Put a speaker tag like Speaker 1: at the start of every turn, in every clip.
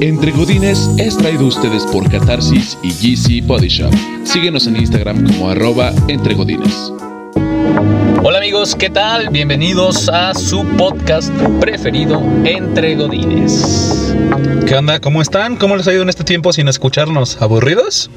Speaker 1: Entre Godines es traído a ustedes por Catarsis y GC Body Shop. Síguenos en Instagram como arroba entre Godines.
Speaker 2: Hola amigos, ¿qué tal? Bienvenidos a su podcast preferido Entre Godines.
Speaker 3: ¿Qué onda? ¿Cómo están? ¿Cómo les ha ido en este tiempo sin escucharnos? ¿Aburridos?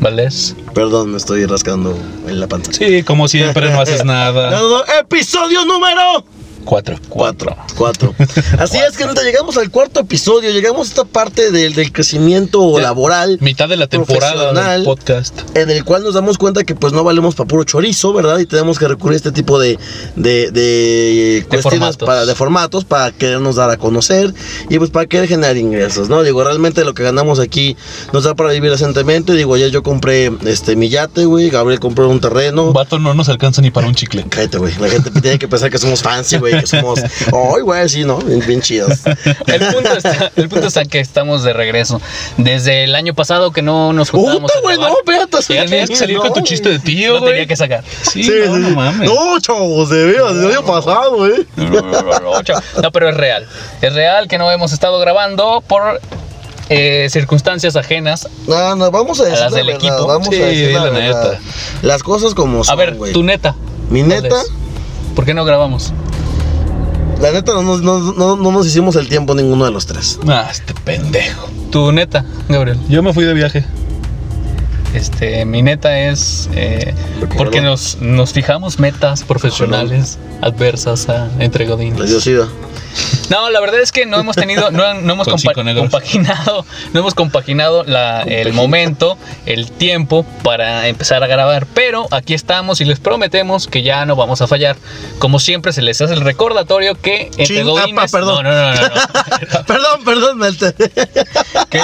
Speaker 2: ¿Vales?
Speaker 4: Perdón, me estoy rascando en la panza.
Speaker 3: Sí, como siempre, no haces nada.
Speaker 2: Ah.
Speaker 4: No, no, episodio número
Speaker 2: Cuatro.
Speaker 4: Cuatro. Cuatro. Así es, que llegamos al cuarto episodio. Llegamos a esta parte del, del crecimiento
Speaker 3: Ya.
Speaker 4: laboral.
Speaker 3: Mitad de la temporada
Speaker 4: Profesional.
Speaker 3: del podcast.
Speaker 4: En el cual nos damos cuenta que pues no valemos para puro chorizo, ¿verdad? Y tenemos que recurrir a este tipo de, de, de eh, cuestiones
Speaker 2: formatos.
Speaker 4: para, de formatos para querernos dar a conocer y pues para querer generar ingresos, ¿no? Digo, realmente lo que ganamos aquí nos da para vivir decentemente. Digo, ya yo compré este mi yate, güey. Gabriel compró un terreno.
Speaker 3: Vato no nos alcanza ni para un chicle.
Speaker 4: Cállate, güey. La gente tiene que pensar que somos fancy, güey. Que somos. ¡Ay, güey! Sí, ¿no? Bien, bien chidos.
Speaker 2: El punto, está, el punto está que estamos de regreso. Desde el año pasado que no nos juntábamos
Speaker 4: ¡Puta,
Speaker 2: a
Speaker 4: güey! No,
Speaker 2: grabar,
Speaker 4: espérate. sí,
Speaker 3: Tenías que salir
Speaker 4: no,
Speaker 3: con tu chiste de tío,
Speaker 2: lo tenía
Speaker 3: güey.
Speaker 2: que sacar.
Speaker 3: Sí,
Speaker 4: Sí,
Speaker 3: no,
Speaker 4: sí,
Speaker 3: no
Speaker 4: sí.
Speaker 3: mames.
Speaker 4: No, chavos, de veras, el año pasado, eh.
Speaker 2: No, pero es real. Es real que no hemos estado grabando por eh, circunstancias ajenas.
Speaker 4: No, no, vamos a decir.
Speaker 2: las
Speaker 4: la
Speaker 2: del
Speaker 4: verdad,
Speaker 2: equipo.
Speaker 4: Vamos
Speaker 3: Sí,
Speaker 4: a decir
Speaker 3: la
Speaker 4: la,
Speaker 3: neta.
Speaker 4: verdad. Las cosas como son.
Speaker 2: A ver,
Speaker 4: güey.
Speaker 2: tu neta.
Speaker 4: Mi neta,
Speaker 2: Andrés, ¿Por qué no grabamos?
Speaker 4: la neta, no, nos- no- no- no nos hicimos el tiempo ninguno de los tres.
Speaker 3: Ah, este pendejo.
Speaker 2: Tu neta, Gabriel.
Speaker 3: Yo me fui de viaje.
Speaker 2: Este, mi neta es eh,
Speaker 4: Recuerdo.
Speaker 2: porque nos, nos fijamos metas profesionales adversas a entre
Speaker 4: La
Speaker 2: godines.
Speaker 4: diosida.
Speaker 2: No, la verdad es que no hemos tenido, no, no hemos
Speaker 3: Con
Speaker 2: compa-
Speaker 3: cinco negros.
Speaker 2: compaginado, no hemos compaginado la- el momento, el tiempo para empezar a grabar. Pero aquí estamos y les prometemos que ya no vamos a fallar. Como siempre se les hace el recordatorio que entre
Speaker 4: Chin,
Speaker 2: godines,
Speaker 4: apa, perdón.
Speaker 2: no, no, no, no, no.
Speaker 4: Perdón, perdón, me alteré.
Speaker 2: que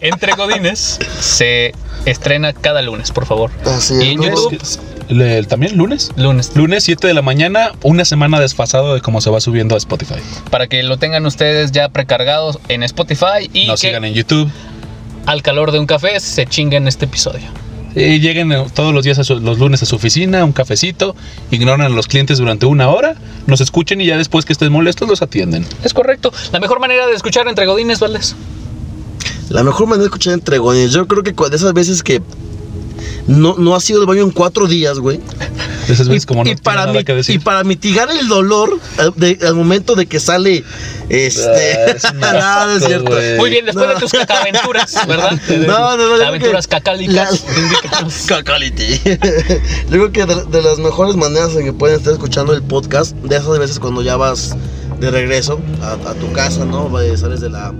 Speaker 2: entre godines se estrena cada lunes, por favor.
Speaker 4: Así
Speaker 2: Y en
Speaker 4: ¿no?
Speaker 2: YouTube.
Speaker 3: Este, Le- ¿También lunes?
Speaker 2: Lunes.
Speaker 3: Lunes 7 de la mañana, una semana desfasado de cómo se va subiendo a Spotify.
Speaker 2: para que lo tengan ustedes ya precargados en Spotify y
Speaker 3: Nos
Speaker 2: que
Speaker 3: sigan en YouTube.
Speaker 2: al calor de un café se chinguen este episodio.
Speaker 3: Y lleguen eh, todos los días, a su- los lunes a su oficina, un cafecito, ignoran a los clientes durante una hora, nos escuchen y ya después que estén molestos los atienden.
Speaker 2: Es correcto. La mejor manera de escuchar entre Godines, Valdés.
Speaker 4: La mejor manera de escuchar entre gones, yo creo que cu- de esas veces que no, no has ido al baño en cuatro días, güey.
Speaker 3: De Esas veces como no
Speaker 4: y,
Speaker 3: tiene
Speaker 4: para
Speaker 3: nada
Speaker 4: mi-
Speaker 3: que decir.
Speaker 4: y para mitigar el dolor al, de- al momento de que sale
Speaker 3: Ah,
Speaker 4: este.
Speaker 3: es un
Speaker 4: nada, es
Speaker 3: asco,
Speaker 4: cierto.
Speaker 3: güey.
Speaker 2: Muy bien, después de
Speaker 4: no.
Speaker 2: tus cacaventuras, ¿verdad?
Speaker 4: No, no, no, yo creo
Speaker 2: Aventuras
Speaker 4: que-
Speaker 2: cacálicas.
Speaker 4: la-
Speaker 2: Indícanos.
Speaker 4: Cacality. Yo creo que de, de las mejores maneras en que pueden estar escuchando el podcast, de esas veces cuando ya vas de regreso a, a tu casa, ¿no? Vaya, Sales de la,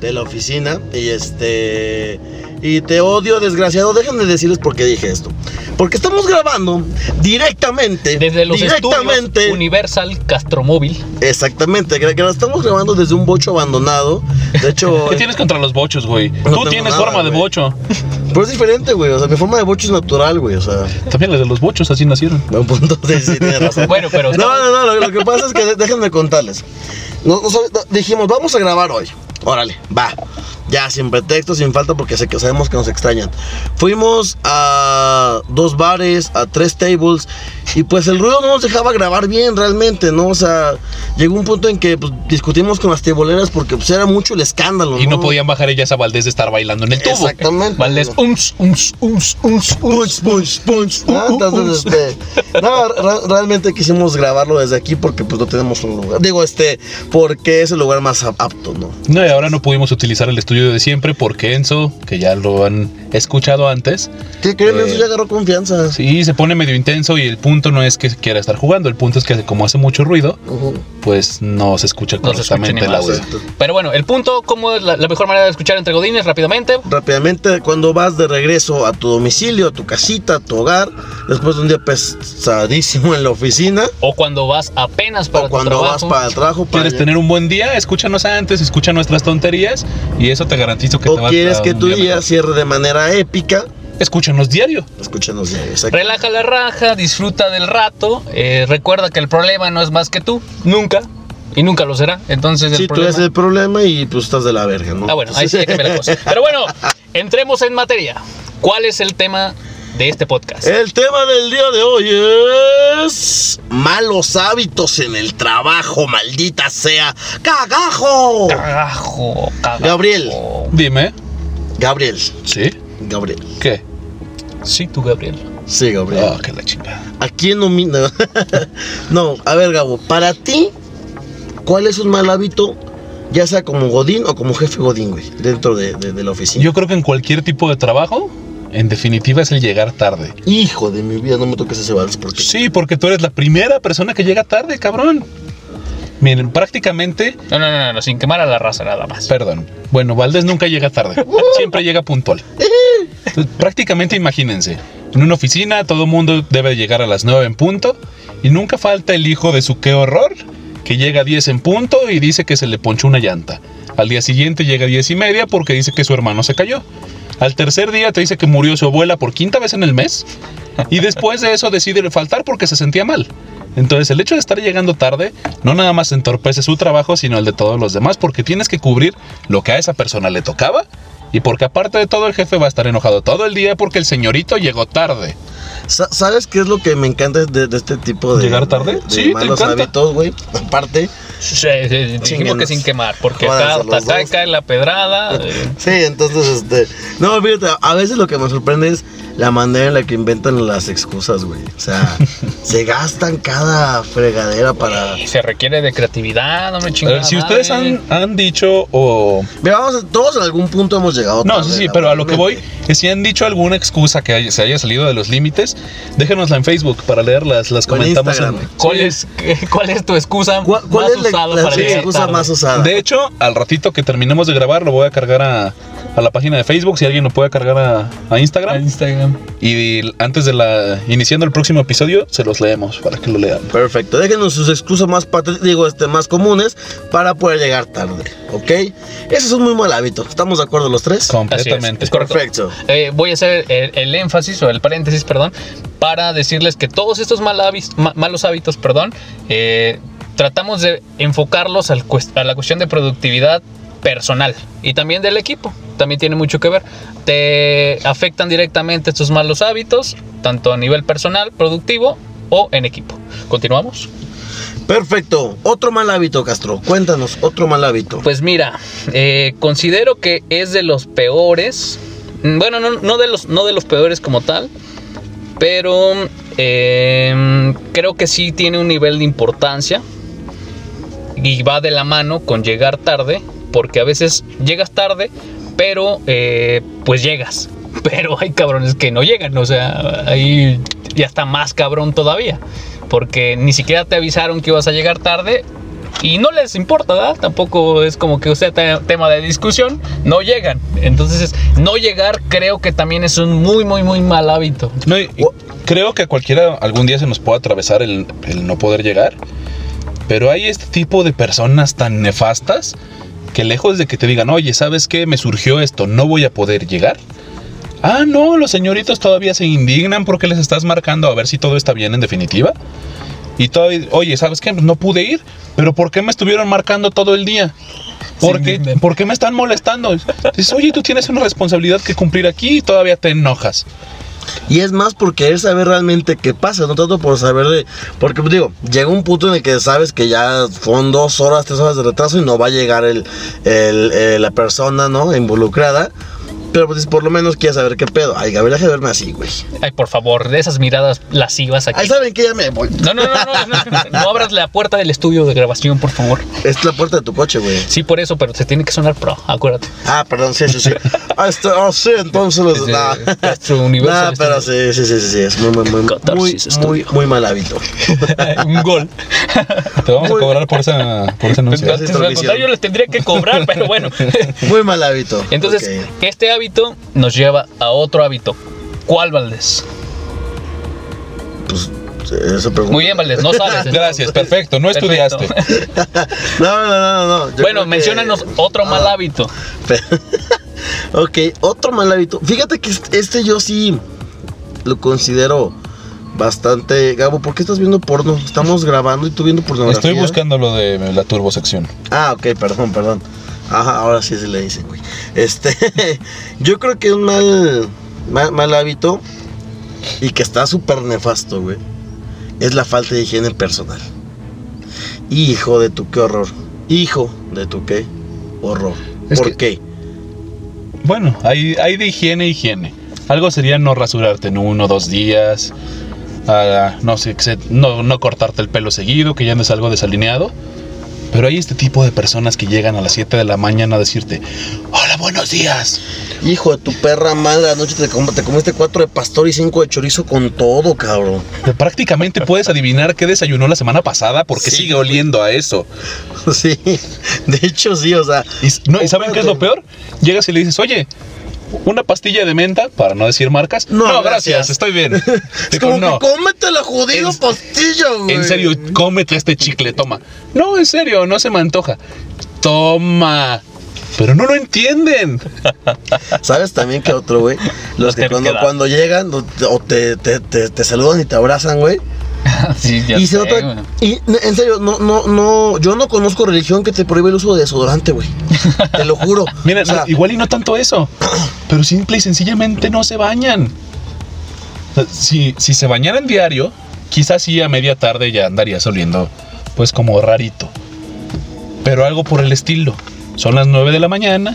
Speaker 4: de la oficina y este. Y te odio, desgraciado. Déjenme decirles por qué dije esto. Porque estamos grabando directamente.
Speaker 2: Desde los
Speaker 4: directamente,
Speaker 2: estudios Universal Castromóvil.
Speaker 4: Exactamente, que, que lo estamos grabando desde un bocho abandonado. De hecho,
Speaker 3: ¿Qué tienes contra los bochos, güey? Tú
Speaker 4: tengo
Speaker 3: tienes
Speaker 4: nada,
Speaker 3: forma de
Speaker 4: güey.
Speaker 3: bocho.
Speaker 4: pero es diferente, güey. O sea, mi forma de bocho es natural, güey. O sea,
Speaker 3: También los de los bochos así nacieron.
Speaker 4: buen punto. Sí, sí, tienes razón.
Speaker 2: Bueno, pero
Speaker 4: No, no, no, lo, lo que pasa es que de- déjenme contarles. No- no sabe- no, dijimos, vamos a grabar hoy. Órale, va. Ya, sin pretexto, sin falta, porque sé que sabemos que nos extrañan. Fuimos a dos bares, a tres tables, y pues el ruido no nos dejaba grabar bien realmente, ¿no? O sea, llegó un punto en que pues, discutimos con las teboleras porque pues era mucho el escándalo,
Speaker 3: Y no podían bajar ellas a Valdés de estar bailando en el tubo.
Speaker 4: Exactamente.
Speaker 2: Valdés,
Speaker 4: No.
Speaker 2: ums, ums, ums, ums, ums.
Speaker 4: Ah, entonces, este, no, re- realmente quisimos grabarlo desde aquí porque pues no tenemos un lugar. Digo, este, porque es el lugar más a- apto, ¿no?
Speaker 3: No, y ahora no pudimos utilizar el estudio de siempre porque Enzo, que ya lo han escuchado antes,
Speaker 4: ¿Qué creen?
Speaker 3: Eh.
Speaker 4: Eso ya agarró confianza.
Speaker 3: sí se pone medio intenso y el punto no es que quiera estar jugando, el punto es que como hace mucho ruido,
Speaker 4: Ujú.
Speaker 3: pues no se escucha
Speaker 2: No se escucha ni
Speaker 3: correctamente el
Speaker 2: madres.
Speaker 3: audio.
Speaker 4: Exacto.
Speaker 2: Pero bueno, el punto, ¿cómo es la, la mejor manera de escuchar entre Godines? Rápidamente.
Speaker 4: Rápidamente, cuando vas de regreso a tu domicilio, a tu casita, a tu hogar, después de un día pesadísimo en la oficina,
Speaker 2: O cuando vas apenas para
Speaker 4: o
Speaker 2: tu
Speaker 4: cuando vas
Speaker 2: trabajo.
Speaker 4: para el trabajo, para
Speaker 3: ¿Quieres tener un buen día? Escúchanos antes, escucha nuestras tonterías y eso te garantizo que te va
Speaker 4: o
Speaker 3: a
Speaker 4: quieres
Speaker 3: dar
Speaker 4: que
Speaker 3: un
Speaker 4: tu
Speaker 3: día
Speaker 4: día
Speaker 3: mejor.
Speaker 4: cierre de manera épica,
Speaker 3: Escúchanos diario.
Speaker 4: escúchanos ya. exacto.
Speaker 2: Relaja la raja, disfruta del rato. eh, recuerda que el problema no es más que tú, nunca, y nunca lo será. Entonces, el
Speaker 4: Sí, tú
Speaker 2: problema.
Speaker 4: eres el problema y pues estás de la verga, ¿no?
Speaker 2: Ah, bueno, ahí sí ya cambia la cosa. Pero bueno, entremos en materia. ¿Cuál es el tema de este podcast.
Speaker 4: El tema del día de hoy es. Malos hábitos en el trabajo, maldita sea. ¡Cagajo!
Speaker 2: Cagajo, cagajo.
Speaker 4: oh. Gabriel.
Speaker 3: Dime.
Speaker 4: Gabriel,
Speaker 3: ¿Sí?
Speaker 4: Gabriel.
Speaker 3: ¿Qué?
Speaker 2: Sí, tú, Gabriel.
Speaker 4: Sí, Gabriel.
Speaker 3: Oh, que la chingada.
Speaker 4: ¿A quién nomina? no, a ver, Gabo, para ti, ¿cuál es un mal hábito, ya sea como Godín o como jefe Godín, güey, dentro de, de- de la oficina?
Speaker 3: Yo creo que en cualquier tipo de trabajo, en definitiva, es el llegar tarde.
Speaker 4: Hijo de mi vida, no me toques ese vals porque.
Speaker 3: Sí, porque tú eres la primera persona que llega tarde, cabrón. Miren, prácticamente,
Speaker 2: No, no, no, no, sin quemar a la raza nada más.
Speaker 3: perdón. Bueno, Valdés nunca llega tarde. Siempre llega puntual. Entonces, prácticamente, imagínense. En una oficina, todo mundo debe llegar a las 9 en punto. Y nunca falta el hijo de su qué horror, que llega a 10 en punto y dice que se le ponchó una llanta. Al día siguiente llega a 10 y media porque dice que su hermano se cayó. Al tercer día te dice que murió su abuela por quinta vez en el mes. Y después de eso decide faltar porque se sentía mal. Entonces el hecho de estar llegando tarde no nada más entorpece su trabajo, sino el de todos los demás, porque tienes que cubrir lo que a esa persona le tocaba. Y porque aparte de todo el jefe va a estar enojado todo el día porque el señorito llegó tarde.
Speaker 4: Sa- ¿Sabes qué es lo que me encanta de, de este tipo de.
Speaker 3: ¿Llegar tarde?
Speaker 4: de- de
Speaker 3: Sí, te
Speaker 4: malos
Speaker 3: encanta.
Speaker 4: hábitos, güey. Aparte.
Speaker 2: Sí, sí, sí, dijimos
Speaker 4: Chinguenos.
Speaker 2: que sin quemar, porque
Speaker 4: Jódanse
Speaker 2: ta- ta-
Speaker 4: los
Speaker 2: ta-
Speaker 4: dos.
Speaker 2: cae la pedrada. eh,
Speaker 4: Sí, entonces, este. No, fíjate, a veces lo que me sorprende es la manera en la que inventan las excusas, güey. O sea, se gastan cada fregadera para.
Speaker 2: y se requiere de creatividad, no me
Speaker 3: A ver,
Speaker 2: chingas.
Speaker 3: Eh, si ustedes han, han dicho o...
Speaker 4: Mira, vamos a- todos en algún punto hemos llegado
Speaker 3: No,
Speaker 4: tarde,
Speaker 3: sí, sí, pero a lo que voy
Speaker 4: naturalmente.
Speaker 3: es si han dicho alguna excusa que haya- se haya salido de los límites, déjenosla en Facebook para leerlas, las
Speaker 4: O en
Speaker 3: comentamos en...
Speaker 4: Instagram.
Speaker 2: ¿Cuál es, ¿Cuál es tu excusa
Speaker 4: ¿Cuál, cuál
Speaker 2: más
Speaker 4: es la,
Speaker 2: usada
Speaker 4: la
Speaker 2: para llegar
Speaker 4: excusa
Speaker 2: tarde?
Speaker 4: más usada?
Speaker 3: De hecho, al ratito que terminemos de grabar, lo voy a cargar a, a la página de Facebook, si alguien lo puede cargar a, a
Speaker 2: A
Speaker 3: Instagram.
Speaker 2: Instagram.
Speaker 3: Y antes de la. iniciando el próximo episodio, se los leemos para que lo lean.
Speaker 4: Perfecto, déjenos sus excusas más pat- digo, este, más comunes para poder llegar tarde, ¿ok? Ese es un muy mal hábito, ¿estamos de acuerdo los tres?
Speaker 2: Así es,
Speaker 3: Completamente.
Speaker 2: es correcto.
Speaker 4: Perfecto.
Speaker 2: Eh, voy a hacer el, el énfasis o el paréntesis, perdón, para decirles que todos estos mal hábis- ma- malos hábitos, perdón, eh, tratamos de enfocarlos al cuest- a la cuestión de productividad personal y también del equipo. También tiene mucho que ver. Te afectan directamente estos malos hábitos, tanto a nivel personal, productivo o en equipo. Continuamos.
Speaker 4: Perfecto, otro mal hábito, Castro, cuéntanos, otro mal hábito.
Speaker 2: Pues mira, eh, considero que es de los peores. Mm, Bueno, no, no de, los, no de los peores como tal. Pero eh, creo que sí tiene un nivel de importancia. Y va de la mano con llegar tarde. Porque a veces llegas tarde, pero eh, pues llegas. Pero hay cabrones que no llegan. O sea, ahí ya está más cabrón todavía. Porque ni siquiera te avisaron que ibas a llegar tarde y no les importa, ¿verdad? Tampoco es como que sea te- tema de discusión, no llegan. Entonces, no llegar creo que también es un muy, muy, muy mal hábito.
Speaker 3: No, y- y creo que a cualquiera algún día se nos puede atravesar el, el no poder llegar. Pero hay este tipo de personas tan nefastas que lejos de que te digan, oye, ¿sabes qué? Me surgió esto, no voy a poder llegar. Ah, no, los señoritos todavía se indignan porque les estás marcando a ver si todo está bien en definitiva. Y todavía, oye, ¿sabes qué? No pude ir, pero ¿por qué me estuvieron marcando todo el día? ¿Por,
Speaker 2: Se
Speaker 3: qué,
Speaker 2: indignan.
Speaker 3: ¿por qué me están molestando? Dices, oye, tú tienes una responsabilidad que cumplir aquí y todavía te enojas.
Speaker 4: Y es más por querer saber realmente qué pasa, no tanto por saber de... Porque pues, digo, llega un punto en el que sabes que ya son dos horas, tres horas de retraso y no va a llegar el, el- eh, la persona, ¿no? Involucrada. Pero pues por lo menos quieres saber qué pedo. Ay, Gabriel, deja de verme así, güey.
Speaker 2: Ay, por favor, de esas miradas lascivas aquí.
Speaker 4: Ahí saben que ya me voy.
Speaker 2: No, no, no, no, no, no, no abras la puerta del estudio de grabación, por favor.
Speaker 4: Es la puerta de tu coche, güey.
Speaker 2: Sí, por eso, pero se tiene que sonar pro, acuérdate.
Speaker 4: Ah, perdón, sí, sí, sí. Ah, esto- ah, sí, entonces los...
Speaker 2: Desde
Speaker 4: nah.
Speaker 2: nuestro universo este
Speaker 4: Nah,
Speaker 2: al
Speaker 4: pero sí, sí, sí, sí, sí, es muy, muy, muy, muy,
Speaker 2: Catarsis
Speaker 4: muy,
Speaker 2: estudio.
Speaker 4: muy mal hábito.
Speaker 2: un gol.
Speaker 3: Te vamos a
Speaker 4: Muy-
Speaker 3: cobrar por, esa, por ese anuncio.
Speaker 4: Gracias,
Speaker 2: Antes, al contrario,
Speaker 4: Mauricio.
Speaker 2: les tendría que cobrar, pero bueno.
Speaker 4: Muy mal hábito.
Speaker 2: Entonces,
Speaker 4: Ok.
Speaker 2: este hábito nos lleva a otro hábito. ¿Cuál, Valdés?
Speaker 4: Pues, esa pregunta.
Speaker 2: Muy bien, Valdés, no sabes. entonces.
Speaker 3: Gracias, perfecto, no
Speaker 2: Perfecto.
Speaker 3: estudiaste.
Speaker 4: No, no, no, no. no. Yo creo
Speaker 2: Bueno,
Speaker 4: que-
Speaker 2: menciónanos otro mal
Speaker 4: Ah,
Speaker 2: hábito.
Speaker 4: ok, otro mal hábito. Fíjate que este- este yo sí lo considero bastante. Gabo, ¿por qué estás viendo porno? Estamos grabando y tú viendo pornografía.
Speaker 3: Estoy buscando lo de la turbosección.
Speaker 4: Ah, ok, perdón, perdón. Ajá, ahora sí se le dicen, güey. Este, yo creo que un mal, mal, mal hábito y que está súper nefasto, güey, es la falta de higiene personal. Hijo de tu qué horror. Hijo de tu qué horror.
Speaker 3: Es
Speaker 4: ¿Por
Speaker 3: que-
Speaker 4: qué?
Speaker 3: Bueno, hay, hay de higiene a higiene. Algo sería no rasurarte en uno o dos días. ah, no sé, que se- no, no cortarte el pelo seguido, que ya andes algo desalineado. Pero hay este tipo de personas que llegan a las 7 de la mañana a decirte, hola, buenos días.
Speaker 4: Hijo de tu perra madre, anoche te, com- te comiste cuatro de pastor y cinco de chorizo con todo, cabrón.
Speaker 3: Que Prácticamente puedes adivinar qué desayunó la semana pasada porque
Speaker 4: Sí.
Speaker 3: sigue oliendo a eso.
Speaker 4: Sí, de hecho sí, o sea,
Speaker 3: Y, s- no, ¿y ¿saben qué es lo peor? Llegas y le dices, oye, una pastilla de menta, para no decir marcas.
Speaker 4: No,
Speaker 3: No, gracias,
Speaker 4: gracias.
Speaker 3: estoy bien.
Speaker 4: es
Speaker 3: Digo,
Speaker 4: como
Speaker 3: "No".
Speaker 4: que cómete la jodida
Speaker 3: En-
Speaker 4: pastilla, güey.
Speaker 3: En serio, cómete este chicle, toma. No, en serio, no se me antoja. Toma. Pero no lo entienden.
Speaker 4: ¿Sabes también que otro, güey? Los
Speaker 2: Los
Speaker 4: que
Speaker 2: que
Speaker 4: cuando,
Speaker 2: quedan.
Speaker 4: cuando llegan no- o te, te- te- te saludan y te abrazan, güey.
Speaker 2: Ah, Sí, ya
Speaker 4: Y
Speaker 2: sé,
Speaker 4: se nota.
Speaker 2: güey.
Speaker 4: Y n- en serio, no, no, no. Yo no conozco religión que te prohíbe el uso de desodorante, güey. Te lo juro.
Speaker 3: Mira,
Speaker 4: O sea,
Speaker 3: no, igual y no tanto eso. Pero simple y sencillamente no se bañan. O sea, Si, si se bañaran diario, quizás sí a media tarde ya andarías oliendo, pues como rarito. Pero algo por el estilo. Son las 9 de la mañana.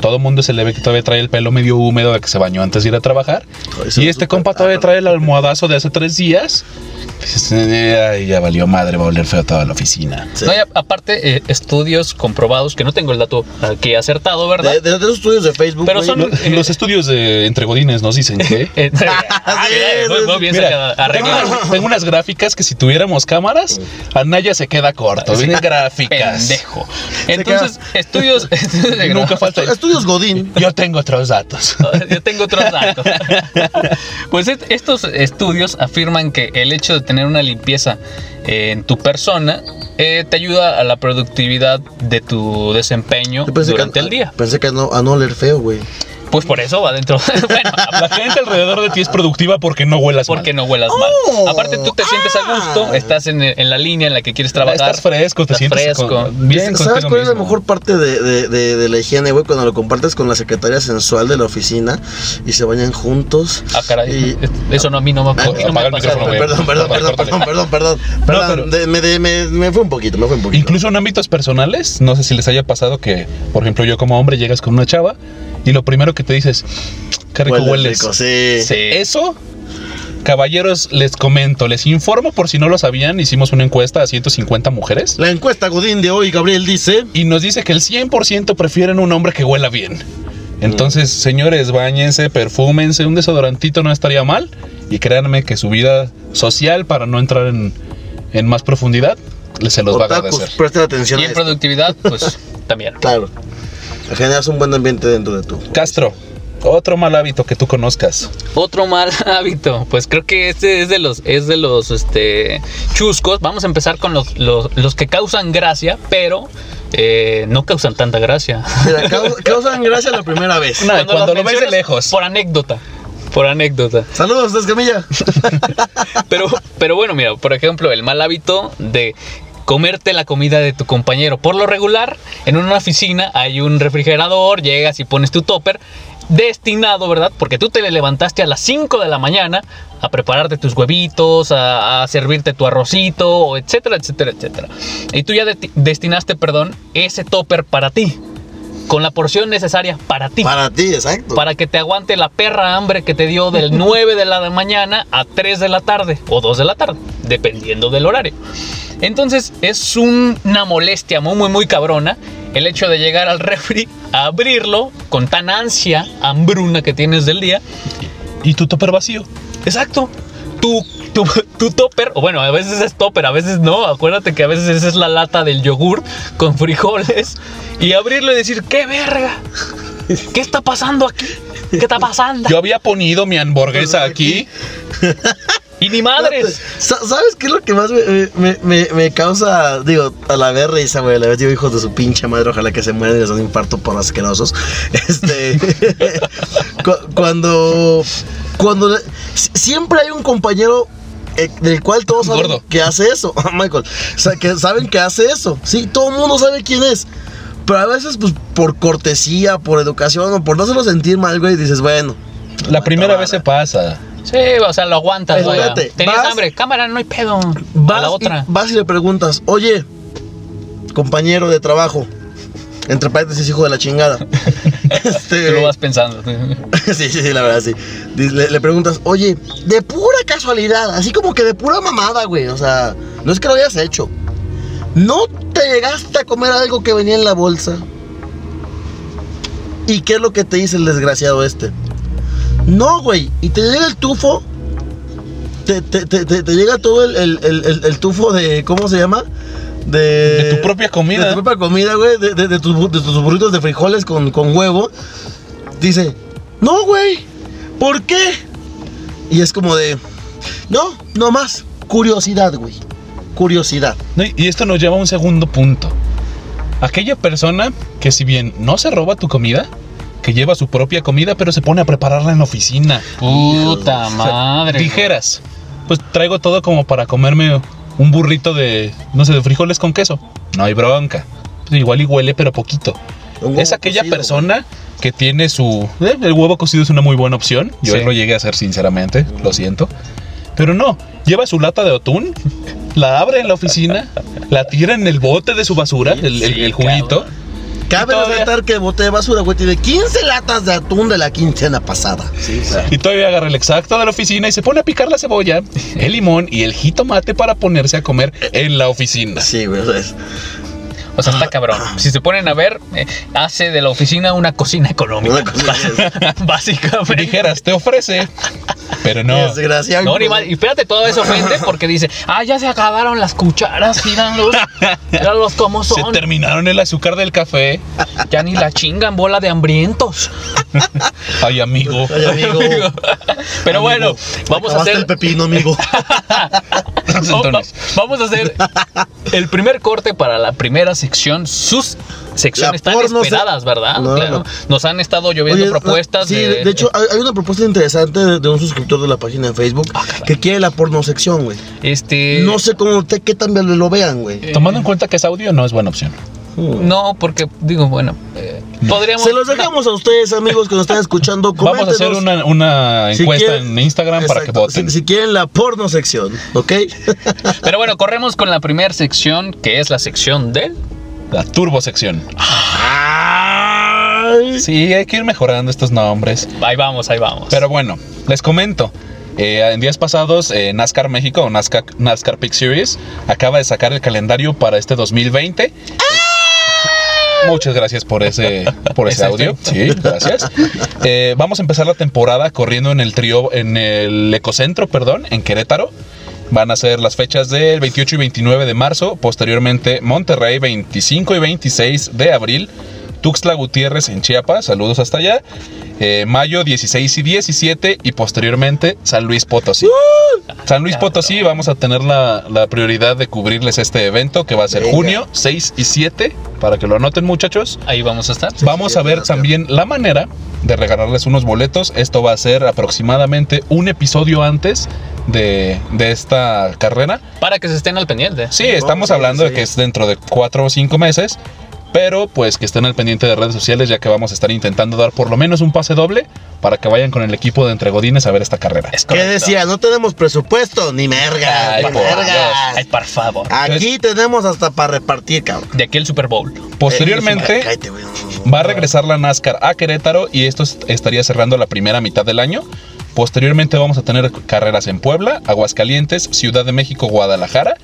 Speaker 3: Todo el mundo se le ve que todavía trae el pelo medio húmedo de que se bañó antes de ir a trabajar.
Speaker 4: Ay, se
Speaker 3: Y
Speaker 4: ve
Speaker 3: este
Speaker 4: súper
Speaker 3: compa todavía
Speaker 4: raro.
Speaker 3: trae el almohadazo de hace tres días. Dices, "Eh, ay, ya valió madre, va a oler feo toda la oficina.
Speaker 4: Sí.
Speaker 2: No, y a- aparte, eh, estudios comprobados, que no tengo el dato aquí acertado, ¿verdad?
Speaker 4: Ah, De, de- de esos estudios de Facebook.
Speaker 2: Pero
Speaker 4: güey,
Speaker 2: son-
Speaker 4: no-
Speaker 3: Los, los estudios de Entre Godines nos dicen que...
Speaker 2: Eh, ah,
Speaker 4: sí,
Speaker 2: mira, muy,
Speaker 4: sí,
Speaker 2: muy
Speaker 4: sí.
Speaker 2: bien
Speaker 3: Mira,
Speaker 2: sacada,
Speaker 3: tengo,
Speaker 2: arreglada.
Speaker 3: unas- tengo unas gráficas que si tuviéramos cámaras, Anaya se queda corto. Viene gráficas.
Speaker 2: Pendejo. Entonces, estudios. estudios de
Speaker 3: Y
Speaker 2: grado.
Speaker 3: nunca falta.
Speaker 4: estudios Godín.
Speaker 3: Yo tengo otros datos.
Speaker 2: Yo tengo otros datos. Pues est- estos estudios afirman que el hecho de tener una limpieza en tu persona eh, te ayuda a la productividad de tu desempeño
Speaker 4: Yo pensé que-
Speaker 2: durante el día.
Speaker 4: Pensé que no, a no oler feo, güey.
Speaker 2: Pues por eso va dentro. bueno,
Speaker 3: La gente alrededor de ti es productiva porque no huelas
Speaker 2: porque
Speaker 3: mal.
Speaker 2: no huelas
Speaker 4: Oh,
Speaker 2: mal. Aparte tú te sientes a gusto,
Speaker 4: ah.
Speaker 2: estás en, en la línea en la que quieres trabajar.
Speaker 3: Estás fresco, te
Speaker 2: estás
Speaker 3: sientes
Speaker 2: fresco.
Speaker 3: con- bien
Speaker 4: ¿Sabes
Speaker 3: contigo
Speaker 4: cuál es la
Speaker 3: mismo.
Speaker 4: mejor parte de, de- de- de la higiene, güey? Cuando lo compartes con la secretaria sensual de la oficina y se bañan juntos.
Speaker 2: Ah, caray.
Speaker 4: Y-
Speaker 2: Eso no a mí no me, a mí no me
Speaker 3: Ah, Apaga
Speaker 2: ha
Speaker 3: el
Speaker 2: pasado.
Speaker 3: micrófono, güey.
Speaker 4: Perdón, perdón, perdón, perdón, perdón, perdón.
Speaker 3: pero-
Speaker 4: Perdón, de- me, de- me- me fue un poquito, me fue un poquito.
Speaker 3: Incluso en ámbitos personales, no sé si les haya pasado que, por ejemplo, yo como hombre llegas con una chava y lo primero que te dices, qué rico
Speaker 4: Huele
Speaker 3: hueles.
Speaker 4: rico, sí.
Speaker 2: Sí.
Speaker 3: Eso, caballeros, les comento, les informo por si no lo sabían, hicimos una encuesta a 150 mujeres
Speaker 4: La encuesta Godín de hoy, Gabriel, dice...
Speaker 3: y nos dice que el 100% prefieren un hombre que huela bien. Entonces,
Speaker 4: Mm.
Speaker 3: señores, bañense, perfúmense, un desodorantito no estaría mal y créanme que su vida social, para no entrar en, en más profundidad, les- se los va a
Speaker 4: Otakus,
Speaker 3: agradecer.
Speaker 4: presta atención
Speaker 2: Y
Speaker 4: a
Speaker 2: en
Speaker 4: esto.
Speaker 2: productividad, pues también.
Speaker 4: Claro. Generas un buen ambiente dentro de tú.
Speaker 3: Castro, otro mal hábito que tú conozcas.
Speaker 2: Otro mal hábito. Pues creo que este es de los, es de los este, chuscos. Vamos a empezar con los, los, los que causan gracia, pero eh, no causan tanta gracia.
Speaker 4: Mira, cau- causan gracia la primera vez.
Speaker 3: No. cuando
Speaker 2: las
Speaker 3: lo ves de
Speaker 2: mencionas
Speaker 3: lejos.
Speaker 2: Por anécdota. Por anécdota.
Speaker 4: Saludos, Escamilla.
Speaker 2: Pero, pero bueno, mira, por ejemplo, el mal hábito de comerte la comida de tu compañero. Por lo regular, en una oficina hay un refrigerador, llegas y pones tu topper destinado, ¿verdad? Porque tú te levantaste a las 5 de la mañana a prepararte tus huevitos, a, a servirte tu arrocito, o etcétera, etcétera, etcétera. Y tú ya de- destinaste, perdón, ese topper para ti, con la porción necesaria para ti
Speaker 4: Para ti, exacto.
Speaker 2: para que te aguante la perra hambre que te dio del 9 de la mañana a 3 de la tarde o 2 de la tarde, dependiendo del horario. Entonces es un- una molestia muy, muy, muy cabrona el hecho de llegar al refri, a abrirlo con tan ansia, hambruna que tienes del día.
Speaker 3: Y tu topper vacío.
Speaker 2: Exacto. Tu, tu, tu topper, o bueno, a veces es topper, a veces no. Acuérdate que a veces esa es la lata del yogur con frijoles y abrirlo y decir, ¡qué verga! ¿Qué está pasando aquí? ¿Qué está pasando?
Speaker 3: Yo había ponido mi hamburguesa aquí.
Speaker 2: Y ni madres.
Speaker 4: Sa- ¿Sabes qué es lo que más me, me- me, me, me causa, digo, a la vez risa, güey? A la vez digo, hijos de su pinche madre, ojalá que se mueran y les den un infarto por asquerosos. Este. cu- cuando. Cuando. le- si- siempre hay un compañero. eh, del cual todos saben
Speaker 3: Gordo.
Speaker 4: que hace eso, Oh, Michael. O sea, que saben que hace eso. Sí, todo el mundo sabe quién es. Pero a veces, pues, por cortesía, por educación o por no hacerlo sentir mal, güey, dices, bueno.
Speaker 3: La primera vez se pasa.
Speaker 2: Sí, o sea, lo aguantas, vaya.
Speaker 4: Espérate,
Speaker 2: Tenías
Speaker 4: vas-
Speaker 2: hambre, cámara, no hay pedo.
Speaker 4: Vas,
Speaker 2: a la otra.
Speaker 4: Y, vas y le preguntas, oye, compañero de trabajo, entre paréntesis, hijo de la chingada. este,
Speaker 2: Tú lo vas pensando.
Speaker 4: sí, sí, sí, la verdad, sí. Dice- Le, le preguntas, oye, de pura casualidad, así como que de pura mamada, güey. O sea, no es que lo hayas hecho. ¿No te llegaste a comer algo que venía en la bolsa? ¿Y qué es lo que te dice el desgraciado este? No, güey. Y te llega el tufo. Te, te- te- te- te llega todo el, el- el- el- el tufo de. ¿Cómo se llama? De,
Speaker 3: De tu propia comida.
Speaker 4: Eh, De tu propia comida, güey. De, de- de tus, bu- de tus burritos de frijoles con, con huevo. Dice: No, güey. ¿Por qué? Y es como de. No, no más. Curiosidad, güey. Curiosidad.
Speaker 3: No, y- y esto nos lleva a un segundo punto. Aquella persona que si bien no se roba tu comida, que lleva su propia comida, pero se pone a prepararla en la oficina.
Speaker 2: Puta
Speaker 3: O sea,
Speaker 2: madre.
Speaker 3: Dijeras, pues traigo todo como para comerme un burrito de, no sé, de frijoles con queso. No hay bronca. Pues igual y huele, pero poquito.
Speaker 4: Un huevo
Speaker 3: es aquella
Speaker 4: cocido,
Speaker 3: persona que tiene su... eh, el huevo cocido es una muy buena opción. Yo
Speaker 2: Sí.
Speaker 3: lo llegué a hacer sinceramente, lo siento. Pero no, lleva su lata de atún, la abre en la oficina, la tira en el bote de su basura, el, el-
Speaker 2: Sí,
Speaker 3: el juguito.
Speaker 2: cabrón.
Speaker 4: güey. Cabe
Speaker 3: Y todavía-
Speaker 4: resaltar que el bote de basura, güey, tiene 15 latas de atún de la quincena pasada. Sí,
Speaker 3: Y todavía agarra el exacto de la oficina y se pone a picar la cebolla, el limón y el jitomate para ponerse a comer en la oficina.
Speaker 4: Sí, güey. o sea, es-
Speaker 2: O sea, está cabrón. Si se ponen a ver, eh, hace de la oficina una cocina económica.
Speaker 4: Una cocina.
Speaker 2: Básicamente.
Speaker 3: Dijeras, te ofrece, pero no.
Speaker 4: Desgraciado.
Speaker 2: No, ni mal. Y espérate, todo eso ofende porque dice, ah, ya se acabaron las cucharas, míralos. Míralos como
Speaker 3: Se
Speaker 2: son.
Speaker 3: terminaron el azúcar del café.
Speaker 2: Ya ni la chingan, bola de hambrientos.
Speaker 3: Ay, amigo.
Speaker 4: Ay, amigo.
Speaker 2: Pero
Speaker 4: Amigo,
Speaker 2: bueno, vamos a
Speaker 4: acabaste
Speaker 2: hacer.
Speaker 4: el pepino, amigo.
Speaker 3: Entonces,
Speaker 2: Vamos a hacer el primer corte para la primera sección. Sus secciones
Speaker 4: La
Speaker 2: tan
Speaker 4: porno se-
Speaker 2: esperadas, ¿verdad?
Speaker 4: No,
Speaker 2: Claro.
Speaker 4: no.
Speaker 2: Nos han estado lloviendo
Speaker 4: Oye, ah,
Speaker 2: propuestas.
Speaker 4: Sí, de, de hecho, hay hay una propuesta interesante de, de un suscriptor de la página de Facebook
Speaker 3: Ah,
Speaker 4: que quiere la pornosección, güey.
Speaker 2: Este. eh,
Speaker 4: No sé cómo te, qué tan bien lo vean, güey. Hmm.
Speaker 3: tomando en cuenta que es audio, no es buena opción.
Speaker 2: No, porque digo, bueno, eh, podríamos.
Speaker 4: Se los dejamos a ustedes, amigos, que nos están escuchando.
Speaker 3: Vamos a hacer
Speaker 4: Coméntenos.
Speaker 3: una, una
Speaker 4: Si
Speaker 3: encuesta
Speaker 4: quieren-
Speaker 3: en Instagram para que
Speaker 4: Exacto.
Speaker 3: voten.
Speaker 4: Si, si quieren la porno sección, ¿ok?
Speaker 2: Pero bueno, corremos con la primera sección, que es la sección del.
Speaker 3: La turbo sección.
Speaker 4: Ay.
Speaker 3: Sí, hay que ir mejorando estos nombres.
Speaker 2: Ahí vamos, ahí vamos.
Speaker 3: Pero bueno, les comento. eh, en días pasados, eh, NASCAR México, o NASCAR, NASCAR Pick Series, acaba de sacar el calendario para este 2020. Muchas gracias por ese, por ese
Speaker 2: Ese
Speaker 3: audio. Sí, gracias. Eh, vamos a empezar la temporada corriendo en el trío, en el ecocentro, perdón, en Querétaro. Van a ser las fechas del 28 y 29 de marzo, posteriormente Monterrey 25 y 26 de abril, Tuxtla Gutiérrez en Chiapas, saludos hasta allá, eh, mayo 16 y 17 y posteriormente San Luis Potosí. San Luis Potosí vamos a tener la, la prioridad de cubrirles este evento que va a ser
Speaker 4: Venga.
Speaker 3: junio 6 y 7, para que lo anoten muchachos.
Speaker 2: Ahí vamos a estar.
Speaker 3: Vamos
Speaker 4: sí,
Speaker 3: a ver
Speaker 4: gracias.
Speaker 3: también la manera de regalarles unos boletos. Esto va a ser aproximadamente un episodio antes de, de esta carrera.
Speaker 2: Para que se estén al pendiente.
Speaker 3: Sí,
Speaker 4: Vamos,
Speaker 3: estamos
Speaker 4: sí,
Speaker 3: hablando de
Speaker 4: sí.
Speaker 3: que es dentro de cuatro o cinco meses. Pero pues que estén al pendiente de redes sociales ya que vamos a estar intentando dar por lo menos un pase doble para que vayan con el equipo de Entregodines a ver esta carrera.
Speaker 2: Es
Speaker 4: ¿Qué
Speaker 2: correcto.
Speaker 4: decía? No tenemos presupuesto, ni merga,
Speaker 3: Ay,
Speaker 4: ni
Speaker 3: por
Speaker 4: merga.
Speaker 2: Ay, por favor.
Speaker 4: Aquí tenemos hasta para repartir, cabrón.
Speaker 2: De aquí el Super Bowl.
Speaker 3: Posteriormente
Speaker 4: Eh, cállate, güey.
Speaker 3: Va a regresar la NASCAR a Querétaro y esto est- estaría cerrando la primera mitad del año. Posteriormente vamos a tener carreras en Puebla, Aguascalientes, Ciudad de México, Guadalajara.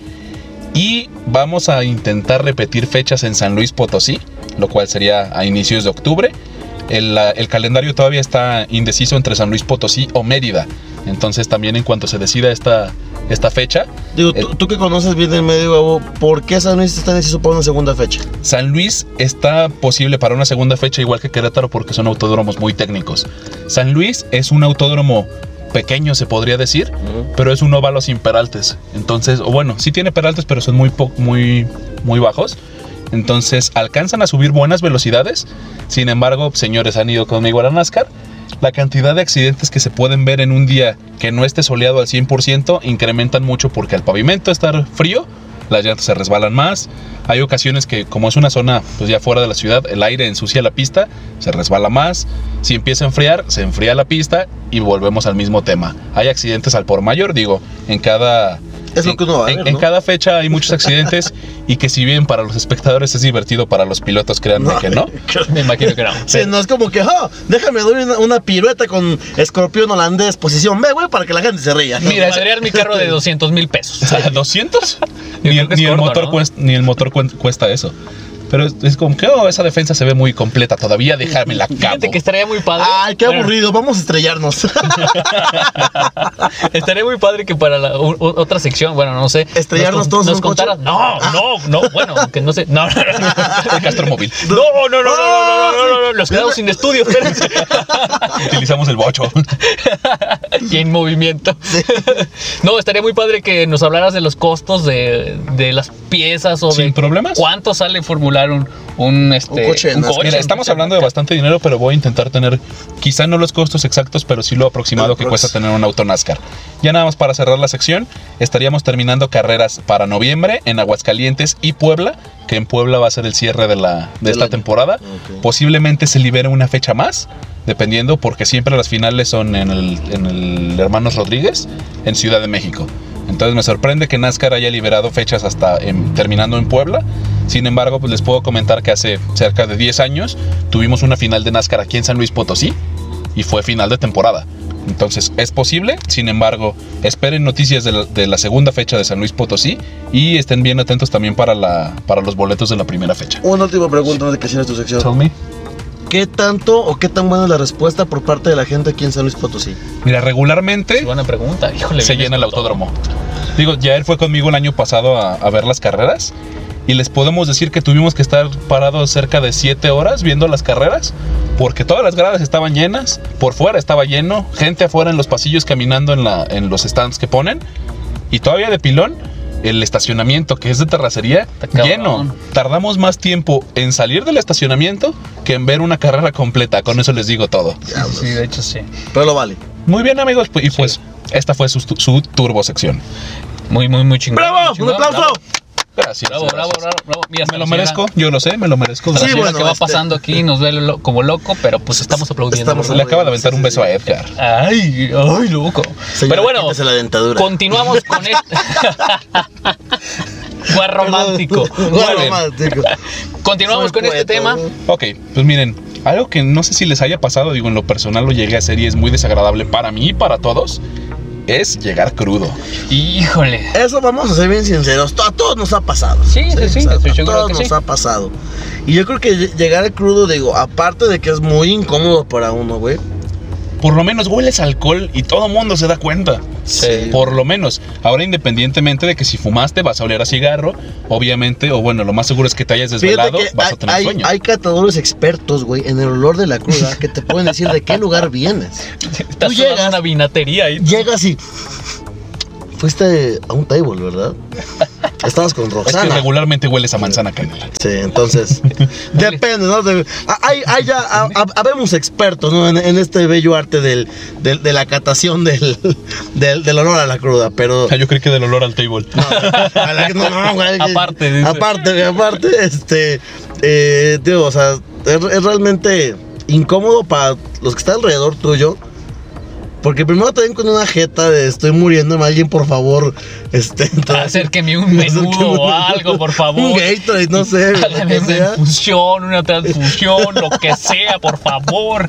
Speaker 3: Y vamos a intentar repetir fechas en San Luis Potosí, lo cual sería a inicios de octubre. El, la- el calendario todavía está indeciso entre San Luis Potosí o Mérida. Entonces también en cuanto se decida esta, esta fecha,
Speaker 4: Digo, tú, tú que conoces bien el medio, Gabo, ¿por qué San Luis está deciso para una segunda fecha?
Speaker 3: San Luis está posible para una segunda fecha igual que Querétaro porque son autódromos muy técnicos. San Luis es un autódromo pequeño se podría decir, pero es un óvalo sin peraltes. Entonces, o bueno, sí tiene peraltes, pero son muy po- muy muy bajos. Entonces, alcanzan a subir buenas velocidades. Sin embargo, señores, han ido conmigo a la NASCAR. La cantidad de accidentes que se pueden ver en un día que no esté soleado al 100% incrementan mucho porque al pavimento estar frío, las llantas se resbalan más. Hay ocasiones que, como es una zona pues ya fuera de la ciudad, el aire ensucia la pista, se resbala más. Si empieza a enfriar, se enfría la pista y volvemos al mismo tema. Hay accidentes al por mayor, digo, en cada...
Speaker 4: Es lo que uno va a
Speaker 3: en,
Speaker 4: ver,
Speaker 3: en
Speaker 4: ¿no?
Speaker 3: cada fecha hay muchos accidentes y que si bien para los espectadores es divertido, para los pilotos créanme que no.
Speaker 2: Me imagino que no.
Speaker 4: Sí, no es como que, "Ah, déjame doy una, una pirueta con escorpión holandés, posición B, güey, para que la gente se ría.
Speaker 2: Mira, madrear mi carro de 200 mil pesos.
Speaker 3: O sea, 200.
Speaker 2: Yo
Speaker 3: ni,
Speaker 2: creo que es
Speaker 3: ni el
Speaker 2: corto,
Speaker 3: motor
Speaker 2: ¿no?
Speaker 3: cuest- ni el motor cuen- cuesta eso. Pero es, es como que oh, esa defensa se ve muy completa todavía, déjame la
Speaker 2: Fíjate
Speaker 3: cabo.
Speaker 2: que estaría muy padre.
Speaker 4: Ay, qué
Speaker 2: Bueno,
Speaker 4: aburrido, vamos a estrellarnos.
Speaker 2: Estaría muy padre que para la u- u- otra sección, bueno, no sé. nos
Speaker 4: ¿Estrellarnos
Speaker 2: con-
Speaker 4: todos en
Speaker 2: Nos
Speaker 4: un coche? Ah.
Speaker 2: contaras. No, no, no, bueno, que no sé. No, no, no.
Speaker 3: El Castromóvil.
Speaker 2: No, no, no, no, no, no, no, no, no, los quedamos sin estudio, espérense.
Speaker 3: Utilizamos el bocho.
Speaker 2: Y en movimiento. No, estaría muy padre que nos hablaras de los costos de, de las piezas o de
Speaker 3: Sin problemas.
Speaker 2: cuánto sale formular un, un, este,
Speaker 4: Un coche, ¿no?
Speaker 3: Mira, estamos hablando de bastante dinero, pero voy a intentar tener quizá no los costos exactos, pero sí lo aproximado que
Speaker 4: Aprox.
Speaker 3: cuesta tener un auto NASCAR. Ya nada más para cerrar la sección, estaríamos terminando carreras para noviembre en Aguascalientes y Puebla, que en Puebla va a ser el cierre de, la, de
Speaker 4: Del
Speaker 3: esta
Speaker 4: año.
Speaker 3: temporada.
Speaker 4: Ok.
Speaker 3: Posiblemente se libere una fecha más, dependiendo, porque siempre las finales son en el, en el Hermanos Rodríguez, en Ciudad de México. Entonces me sorprende que NASCAR haya liberado fechas hasta en- terminando en Puebla. Sin embargo, pues les puedo comentar que hace cerca de 10 años tuvimos una final de NASCAR aquí en San Luis Potosí y fue final de temporada. Entonces es posible, sin embargo, esperen noticias de la, de la segunda fecha de San Luis Potosí y estén bien atentos también para, la, para los boletos de la primera fecha.
Speaker 4: Una última pregunta antes de que cierres tu sección. ¿Qué tanto o qué tan buena es la respuesta por parte de la gente aquí en San Luis Potosí?
Speaker 3: Mira, regularmente
Speaker 2: Buena pregunta, híjole.
Speaker 3: se
Speaker 2: vienes
Speaker 3: llena el
Speaker 2: con todo.
Speaker 3: autódromo. Digo, ya él fue conmigo el año pasado a, a ver las carreras y les podemos decir que tuvimos que estar parados cerca de 7 horas viendo las carreras porque todas las gradas estaban llenas, por fuera estaba lleno, gente afuera en los pasillos caminando en, la, en los stands que ponen y todavía de pilón. El estacionamiento que es de terracería
Speaker 2: Está cabrón.
Speaker 3: lleno. Tardamos más tiempo en salir del estacionamiento que en ver una carrera completa. Con eso les digo todo.
Speaker 2: Sí, de hecho sí.
Speaker 4: Pero lo vale.
Speaker 3: Muy bien, amigos. pues- Y pues, esta fue su, su turbo sección.
Speaker 2: Muy, muy, muy chingón.
Speaker 4: ¡Bravo!
Speaker 2: Muy
Speaker 4: ¡Un
Speaker 2: chingón,
Speaker 4: aplauso!
Speaker 3: Gracias.
Speaker 2: Bravo, bravo, bravo, bravo. Mira, hasta
Speaker 3: Me lo
Speaker 2: la señora-
Speaker 3: merezco, yo lo sé, me lo merezco.
Speaker 2: hasta la
Speaker 4: Sí,
Speaker 2: señora
Speaker 4: bueno,
Speaker 2: que va
Speaker 4: este-
Speaker 2: pasando aquí nos ve lo- como loco, pero pues estamos aplaudiendo.
Speaker 4: Estamos
Speaker 3: Le acaba de aventar un beso a Edgar.
Speaker 2: Ay, ay, loco.
Speaker 4: Señora,
Speaker 2: pero bueno,
Speaker 4: quítese la dentadura.
Speaker 2: continuamos con este- esto. Fue romántico.
Speaker 4: Fue romántico.
Speaker 2: Continuamos
Speaker 4: Soy
Speaker 2: con este
Speaker 4: poeta,
Speaker 2: tema.
Speaker 4: güey.
Speaker 3: Ok, pues miren, algo que no sé si les haya pasado, digo, en lo personal lo llegué a hacer y es muy desagradable para mí y para todos, es llegar crudo.
Speaker 2: Híjole.
Speaker 4: Eso vamos a ser bien sinceros. to- A todos nos ha pasado.
Speaker 2: Sí, sí, sí,
Speaker 4: o sea,
Speaker 2: estoy
Speaker 4: a
Speaker 2: seguro
Speaker 4: todos
Speaker 2: que
Speaker 4: nos
Speaker 2: sí.
Speaker 4: ha pasado. Y yo creo que lle- llegar al crudo, digo, aparte de que es muy incómodo para uno, güey.
Speaker 3: Por lo menos hueles alcohol y todo mundo se da cuenta.
Speaker 4: eh,
Speaker 2: Sí.
Speaker 3: Por lo menos. Ahora, independientemente de que si fumaste vas a oler a cigarro, obviamente, o bueno, lo más seguro es que te hayas
Speaker 4: Fíjate
Speaker 3: desvelado,
Speaker 4: que
Speaker 3: vas
Speaker 4: hay,
Speaker 3: a tener
Speaker 4: hay-
Speaker 3: sueño.
Speaker 4: hay catadores expertos, güey, en el olor de la cruda que te pueden decir de qué lugar vienes.
Speaker 2: Estás
Speaker 4: tú
Speaker 2: llegas
Speaker 4: llegas-
Speaker 2: a una vinatería ahí.
Speaker 4: Llegas y. Fuiste a un table, ¿verdad? Estabas con
Speaker 3: Es que
Speaker 4: Roxana.
Speaker 3: regularmente hueles a manzana canela.
Speaker 4: Sí, entonces. depende, ¿no? De- a- hay, hay ya, a- a- habemos expertos, ¿no? En, en este bello arte del, del- de la catación del, del, del olor a la cruda, pero.
Speaker 3: Ah, Yo creo que del olor al table.
Speaker 4: No, a la- no, no, güey, que-
Speaker 2: Aparte, dice.
Speaker 4: Aparte, güey, aparte, este. Eh, digo, o sea, es, es realmente incómodo para los que están alrededor tuyo. Porque primero te ven con una jeta de estoy muriéndome, alguien por favor. Este,
Speaker 2: Acérqueme un menudo o algo, por favor.
Speaker 4: Un Gatorade, no sé. lo que
Speaker 2: Una
Speaker 4: sea.
Speaker 2: infusión, una transfusión, lo que sea, por favor.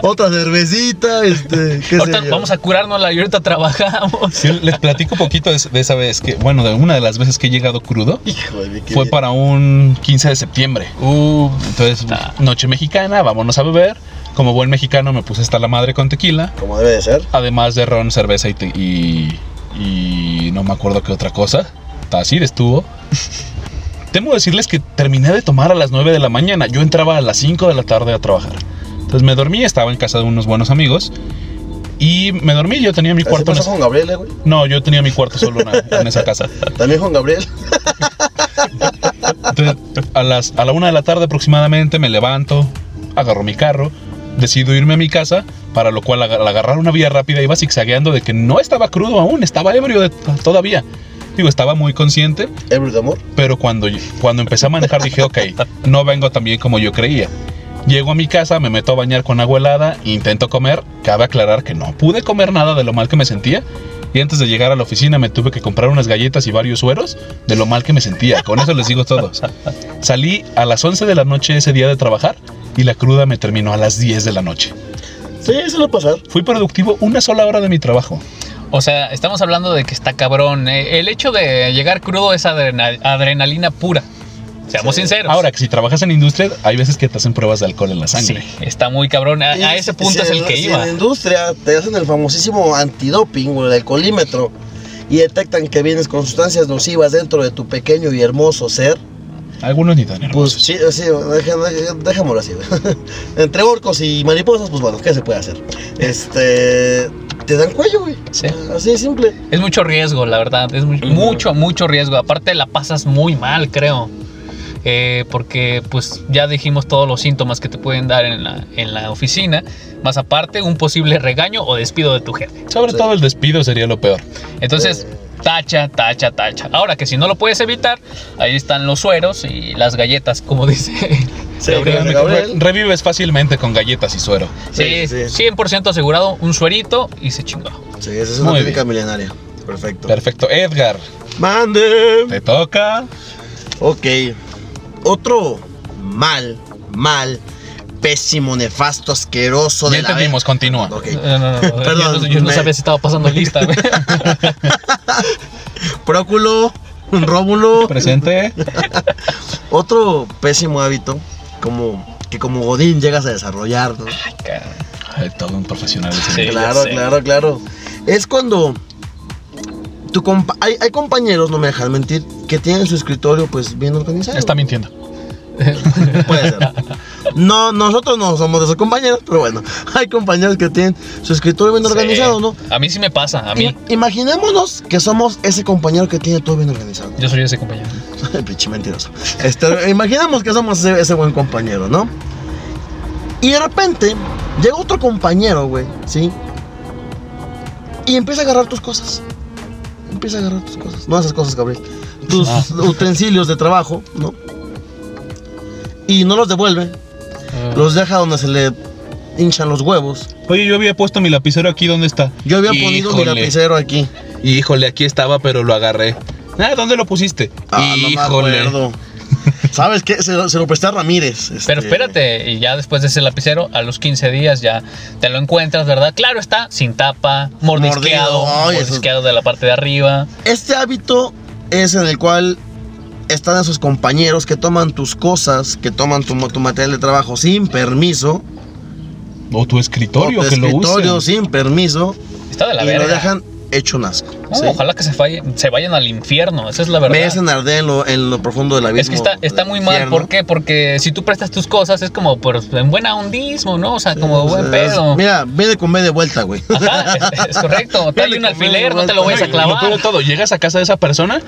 Speaker 4: Otra cervecita, este, qué
Speaker 2: Ahorita
Speaker 4: sé yo.
Speaker 2: vamos a curarnos la y ahorita trabajamos.
Speaker 3: Sí, les platico un poquito de, de esa vez que, bueno, de una de las veces que he llegado crudo
Speaker 4: Híjole, mi
Speaker 3: fue
Speaker 4: querida.
Speaker 3: para un 15 de septiembre. Entonces, noche mexicana, vámonos a beber. Como buen mexicano me puse hasta la madre con tequila,
Speaker 4: Como debe de ser.
Speaker 3: además de ron, cerveza y, te- y, y no me acuerdo qué otra cosa. Así estuvo. Temo decirles que terminé de tomar a las 9 de la mañana. Yo entraba a las 5 de la tarde a trabajar. Entonces me dormí, estaba en casa de unos buenos amigos. Y me dormí, yo tenía mi
Speaker 4: Así
Speaker 3: cuarto en
Speaker 4: pasó
Speaker 3: esa-
Speaker 4: Juan Gabriel, eh, güey.
Speaker 3: no, yo tenía mi cuarto solo en, en esa casa.
Speaker 4: También Juan Gabriel.
Speaker 3: Entonces, a, las, a la una de la tarde aproximadamente me levanto, agarro mi carro, decido irme a mi casa, para lo cual aga- al agarrar una vía rápida iba zigzagueando de que no estaba crudo aún, estaba ebrio de- todavía. Digo, estaba muy consciente,
Speaker 4: Ebro de amor.
Speaker 3: pero cuando, cuando empecé a manejar dije, ok, no vengo tan bien como yo creía. Llego a mi casa, me meto a bañar con agua helada, intento comer. Cabe aclarar que no pude comer nada de lo mal que me sentía. Y antes de llegar a la oficina me tuve que comprar unas galletas y varios sueros de lo mal que me sentía. Con eso les digo todos. Salí a las 11 de la noche ese día de trabajar y la cruda me terminó a las 10 de la noche.
Speaker 4: Sí, eso va a pasar.
Speaker 3: Fui productivo una sola hora de mi trabajo.
Speaker 2: O sea, estamos hablando de que está cabrón. eh, El hecho de llegar crudo es adrena- adrenalina pura. Seamos
Speaker 4: Sí.
Speaker 2: sinceros.
Speaker 3: Ahora, que si trabajas en industria, hay veces que te hacen pruebas de alcohol en la sangre.
Speaker 2: Sí, está muy cabrón. A, a
Speaker 4: Y
Speaker 2: ese
Speaker 4: si-
Speaker 2: punto
Speaker 4: si
Speaker 2: es el
Speaker 4: en-
Speaker 2: que
Speaker 4: si
Speaker 2: iba.
Speaker 4: En la industria te hacen el famosísimo antidoping o el alcoholímetro y detectan que vienes con sustancias nocivas dentro de tu pequeño y hermoso ser,
Speaker 3: Algunos ni tan
Speaker 4: pues
Speaker 3: hermosos.
Speaker 4: sí, sí, deja- deja- dejémoslo así. Entre orcos y mariposas, pues bueno, ¿qué se puede hacer? Este. Te dan cuello, güey.
Speaker 2: Sí.
Speaker 4: Así de simple.
Speaker 2: Es mucho riesgo, la verdad. Es mu- mucho, mucho riesgo. Aparte la pasas muy mal, creo. Eh, porque pues ya dijimos todos los síntomas que te pueden dar en la, en la oficina. Más aparte, un posible regaño o despido de tu jefe.
Speaker 3: Sobre
Speaker 4: Sí.
Speaker 3: todo el despido sería lo peor.
Speaker 2: Entonces,
Speaker 4: Eh.
Speaker 2: tacha, tacha, tacha. Ahora que si no lo puedes evitar, ahí están los sueros y las galletas, como dice.
Speaker 4: Sí,
Speaker 2: Gabriel.
Speaker 4: Gabriel.
Speaker 3: Re- Revives fácilmente con galletas y suero.
Speaker 2: Sí,
Speaker 4: Sí, sí.
Speaker 2: 100% asegurado, un suerito y se chingó.
Speaker 4: Sí, esa es una
Speaker 3: Muy
Speaker 4: técnica milenaria. Perfecto.
Speaker 3: Perfecto. Edgar,
Speaker 4: Mande.
Speaker 3: te toca.
Speaker 4: Ok. Otro mal, mal, pésimo, nefasto, asqueroso
Speaker 3: Ya
Speaker 4: de la
Speaker 3: entendimos, continúa.
Speaker 4: Ok.
Speaker 2: No, no, no, yo
Speaker 4: Perdón,
Speaker 2: no- yo no
Speaker 4: me-
Speaker 2: sabía si estaba pasando lista. güey.
Speaker 4: Próculo, Rómulo.
Speaker 3: Presente.
Speaker 4: Otro pésimo hábito como que como Godín llegas a desarrollar, ¿no?
Speaker 3: Ay, todo un profesional. ese
Speaker 2: Sí.
Speaker 3: día.
Speaker 2: ya
Speaker 4: claro,
Speaker 2: sé.
Speaker 4: claro, claro. Es cuando tu compa- hay, hay compañeros, no me dejan mentir, que tienen su escritorio pues bien organizado.
Speaker 3: Está mintiendo.
Speaker 4: Puede ser. No, nosotros no somos de esos compañeros, pero bueno, hay compañeros que tienen su escritorio bien organizado,
Speaker 2: Sí.
Speaker 4: ¿no?
Speaker 2: A mí sí me pasa, a mí.
Speaker 4: I- Imaginémonos que somos ese compañero que tiene todo bien organizado.
Speaker 2: Yo soy ese compañero.
Speaker 4: Pinche mentiroso. Este, imaginemos que somos ese, ese buen compañero, ¿no? Y de repente llega otro compañero, güey, ¿sí? Y empieza a agarrar tus cosas. Empieza a agarrar tus cosas. No esas cosas, Gabriel. Tus
Speaker 3: Ah.
Speaker 4: utensilios de trabajo, ¿no? Y no los devuelve. Los deja donde se le hinchan los huevos.
Speaker 3: Oye, yo había puesto mi lapicero aquí, ¿dónde está?
Speaker 4: Yo había ponido mi
Speaker 3: Híjole.
Speaker 4: lapicero aquí.
Speaker 3: Híjole, aquí estaba, pero lo agarré. Ah, ¿dónde lo pusiste?
Speaker 4: Ah, no me acuerdo. ¿Sabes qué? Se lo, se lo presté a Ramírez.
Speaker 2: Pero
Speaker 4: este,
Speaker 2: espérate, y ya después de ese lapicero, a los 15 días ya te lo encuentras, ¿verdad? Claro está, sin tapa, mordisqueado,
Speaker 4: Mordido, ay, eso-
Speaker 2: mordisqueado de la parte de arriba.
Speaker 4: Este hábito es en el cual están esos compañeros que toman tus cosas, que toman tu, tu material de trabajo sin permiso,
Speaker 3: O tu escritorio,
Speaker 4: o tu
Speaker 3: que lo
Speaker 4: escritorio
Speaker 3: usen.
Speaker 4: sin permiso,
Speaker 2: Está de la
Speaker 4: y
Speaker 2: verga.
Speaker 4: lo dejan hecho un asco.
Speaker 2: No,
Speaker 4: ¿sí?
Speaker 2: Ojalá que se, falle- se vayan al infierno, esa es la verdad.
Speaker 4: Me hacen arder en lo, en lo profundo del abismo.
Speaker 2: Es que está, está
Speaker 4: del
Speaker 2: muy mal,
Speaker 4: infierno.
Speaker 2: ¿por qué? Porque si tú prestas tus cosas es como por, en buen hundismo, ¿no? O sea, como
Speaker 4: O sea,
Speaker 2: buen pedo.
Speaker 4: pues, Mira, viene con B de vuelta, güey.
Speaker 2: Ajá, es, es correcto. Trae
Speaker 4: Dale,
Speaker 2: un
Speaker 4: que
Speaker 2: alfiler,
Speaker 4: me
Speaker 2: no te lo
Speaker 4: lo
Speaker 2: vayas a
Speaker 4: vas a-
Speaker 3: Lo peor de
Speaker 2: clavar.
Speaker 3: todo, llegas a casa de esa persona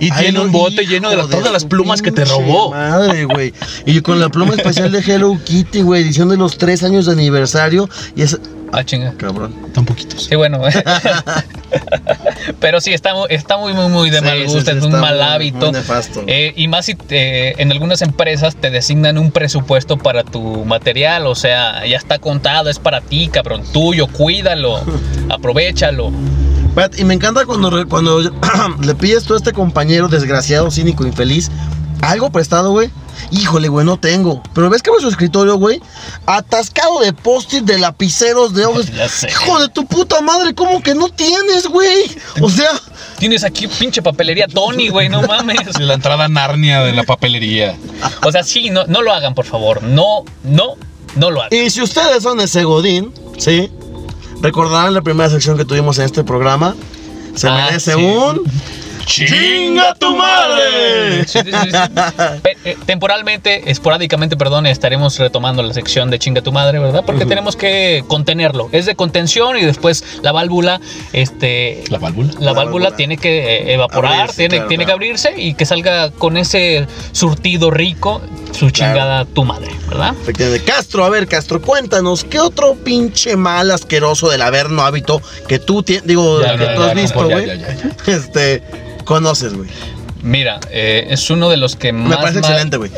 Speaker 3: y
Speaker 4: Ay,
Speaker 3: tiene
Speaker 4: no,
Speaker 3: un bote
Speaker 4: hijo
Speaker 3: lleno de, la- todas
Speaker 4: su
Speaker 3: las plumas que te
Speaker 4: pinche
Speaker 3: robó.
Speaker 4: Madre, güey. Y con la pluma especial de Hello Kitty, güey, edición de los tres años de aniversario. Y es.
Speaker 2: Ah, chinga.
Speaker 4: Cabrón.
Speaker 3: Tan poquitos.
Speaker 2: Sí, bueno. ¿eh? Pero sí, está, mu- está muy, muy, muy de
Speaker 4: Sí,
Speaker 2: mal
Speaker 4: sí,
Speaker 2: gusto,
Speaker 4: sí,
Speaker 2: es un
Speaker 4: está
Speaker 2: mal
Speaker 4: muy-
Speaker 2: hábito.
Speaker 4: muy nefasto.
Speaker 2: Eh, y más si eh, en algunas empresas te designan un presupuesto para tu material, o sea, ya está contado, es para ti, cabrón, tuyo, cuídalo, aprovechalo.
Speaker 4: Pat, Y me encanta cuando, re- cuando le pides tú a este compañero desgraciado, cínico, infeliz, algo prestado, güey. Híjole, güey, no tengo. Pero ves que abre su escritorio, güey, atascado de post-it, de lapiceros, de hojas.
Speaker 2: Ya sé.
Speaker 4: Pues, Hijo de tu puta madre, ¿cómo que no tienes, güey? O sea,
Speaker 2: Tienes aquí pinche papelería Tony, güey, no mames.
Speaker 3: La entrada Narnia de la papelería.
Speaker 2: O sea, sí, no, no lo hagan, por favor. No, no, no lo hagan.
Speaker 4: y si ustedes son ese Godín, ¿sí? Recordarán la primera sección que tuvimos en este programa. Se
Speaker 2: Ah,
Speaker 4: merece
Speaker 2: sí.
Speaker 4: un.
Speaker 3: ¡Chinga tu madre!
Speaker 2: Sí, sí, sí, sí. Pe- eh, Temporalmente, esporádicamente, perdón, estaremos retomando la sección de chinga tu madre, ¿verdad? Porque tenemos que contenerlo. Es de contención y después la válvula, este,
Speaker 3: La válvula.
Speaker 2: la,
Speaker 4: La
Speaker 2: válvula,
Speaker 4: válvula.
Speaker 2: tiene que eh, evaporar,
Speaker 4: Abrirse,
Speaker 2: tiene,
Speaker 4: claro,
Speaker 2: tiene
Speaker 4: claro.
Speaker 2: que abrirse y que salga con ese surtido rico su chingada tu madre, ¿verdad?
Speaker 4: Efectivamente. Castro, a ver, Castro, cuéntanos, ¿qué otro pinche mal asqueroso del averno hábito que tú tienes, digo,
Speaker 2: Ya,
Speaker 4: que
Speaker 2: ya,
Speaker 4: tú
Speaker 2: ya,
Speaker 4: has
Speaker 2: no,
Speaker 4: visto,
Speaker 3: pues, Ah, ya,
Speaker 4: güey?
Speaker 3: ya, ya,
Speaker 4: Este, conoces, güey.
Speaker 2: Mira, eh, es uno de los que más.
Speaker 4: Me parece
Speaker 2: mal-
Speaker 4: excelente, güey.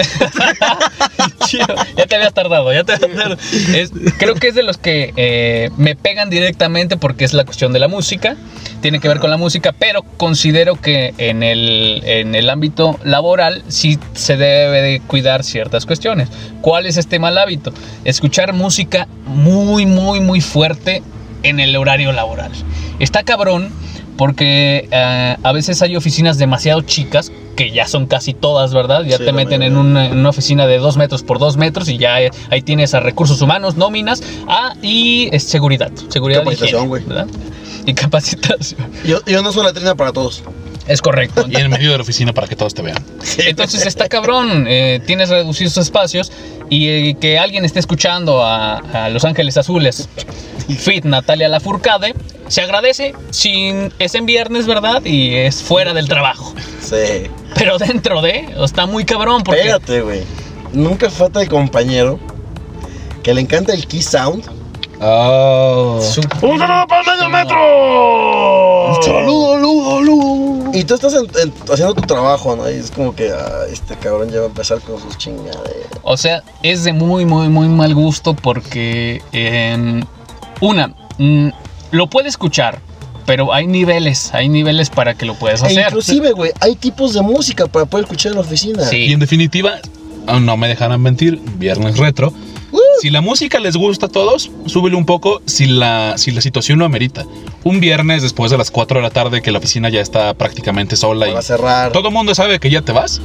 Speaker 2: Chido, ya te habías tardado, ya te habías tardado. Es- creo que es de los que eh, me pegan directamente porque es la cuestión de la música, tiene que ver con la música, pero considero que en el, en el ámbito laboral sí se debe de cuidar ciertas cuestiones. ¿Cuál es este mal hábito? Escuchar música muy, muy, muy fuerte en el horario laboral. Está cabrón porque eh, a veces hay oficinas demasiado chicas, que ya son casi todas, ¿verdad? Ya
Speaker 4: Sí,
Speaker 2: te
Speaker 4: la
Speaker 2: meten en
Speaker 4: mayoría.
Speaker 2: una, en una oficina de dos metros por dos metros y ya eh, ahí tienes a recursos humanos, nóminas ah, y es seguridad. Seguridad y
Speaker 4: Capacitación,
Speaker 2: higiene,
Speaker 4: güey.
Speaker 2: ¿verdad? Y capacitación.
Speaker 4: Yo, yo no soy la trina para todos.
Speaker 2: Es correcto.
Speaker 3: Y en medio de la oficina para que todos te vean.
Speaker 2: Entonces está cabrón, eh, tienes reducidos espacios y eh, que alguien esté escuchando a, a Los Ángeles Azules, Fit Natalia Lafourcade, se agradece, sin, es en viernes, ¿verdad? Y es fuera del trabajo.
Speaker 4: Sí.
Speaker 2: Pero dentro de, está muy cabrón porque...
Speaker 4: Espérate, güey. Nunca falta el compañero que le encanta el key sound.
Speaker 3: Oh.
Speaker 2: ¡Un saludo para medio metro!
Speaker 4: Saludo, saludo, saludo. Y tú estás en- en- haciendo tu trabajo, ¿no? Y es como que, ah, este cabrón ya va a empezar con sus chingaderas.
Speaker 2: O sea, es de muy, muy, muy mal gusto porque... em, una, mm, lo puede escuchar, pero hay niveles, hay niveles para que lo puedas
Speaker 4: E
Speaker 2: hacer.
Speaker 4: inclusive, güey, hay tipos de música para poder escuchar en la oficina.
Speaker 2: Sí.
Speaker 3: Y en definitiva, aún no me dejarán mentir, viernes retro. Si la música les gusta a todos, súbele un poco si la, si la situación lo amerita. Un viernes después de las 4 de la tarde que la oficina ya está prácticamente sola y
Speaker 4: Para cerrar.
Speaker 3: todo el mundo sabe que ya te vas,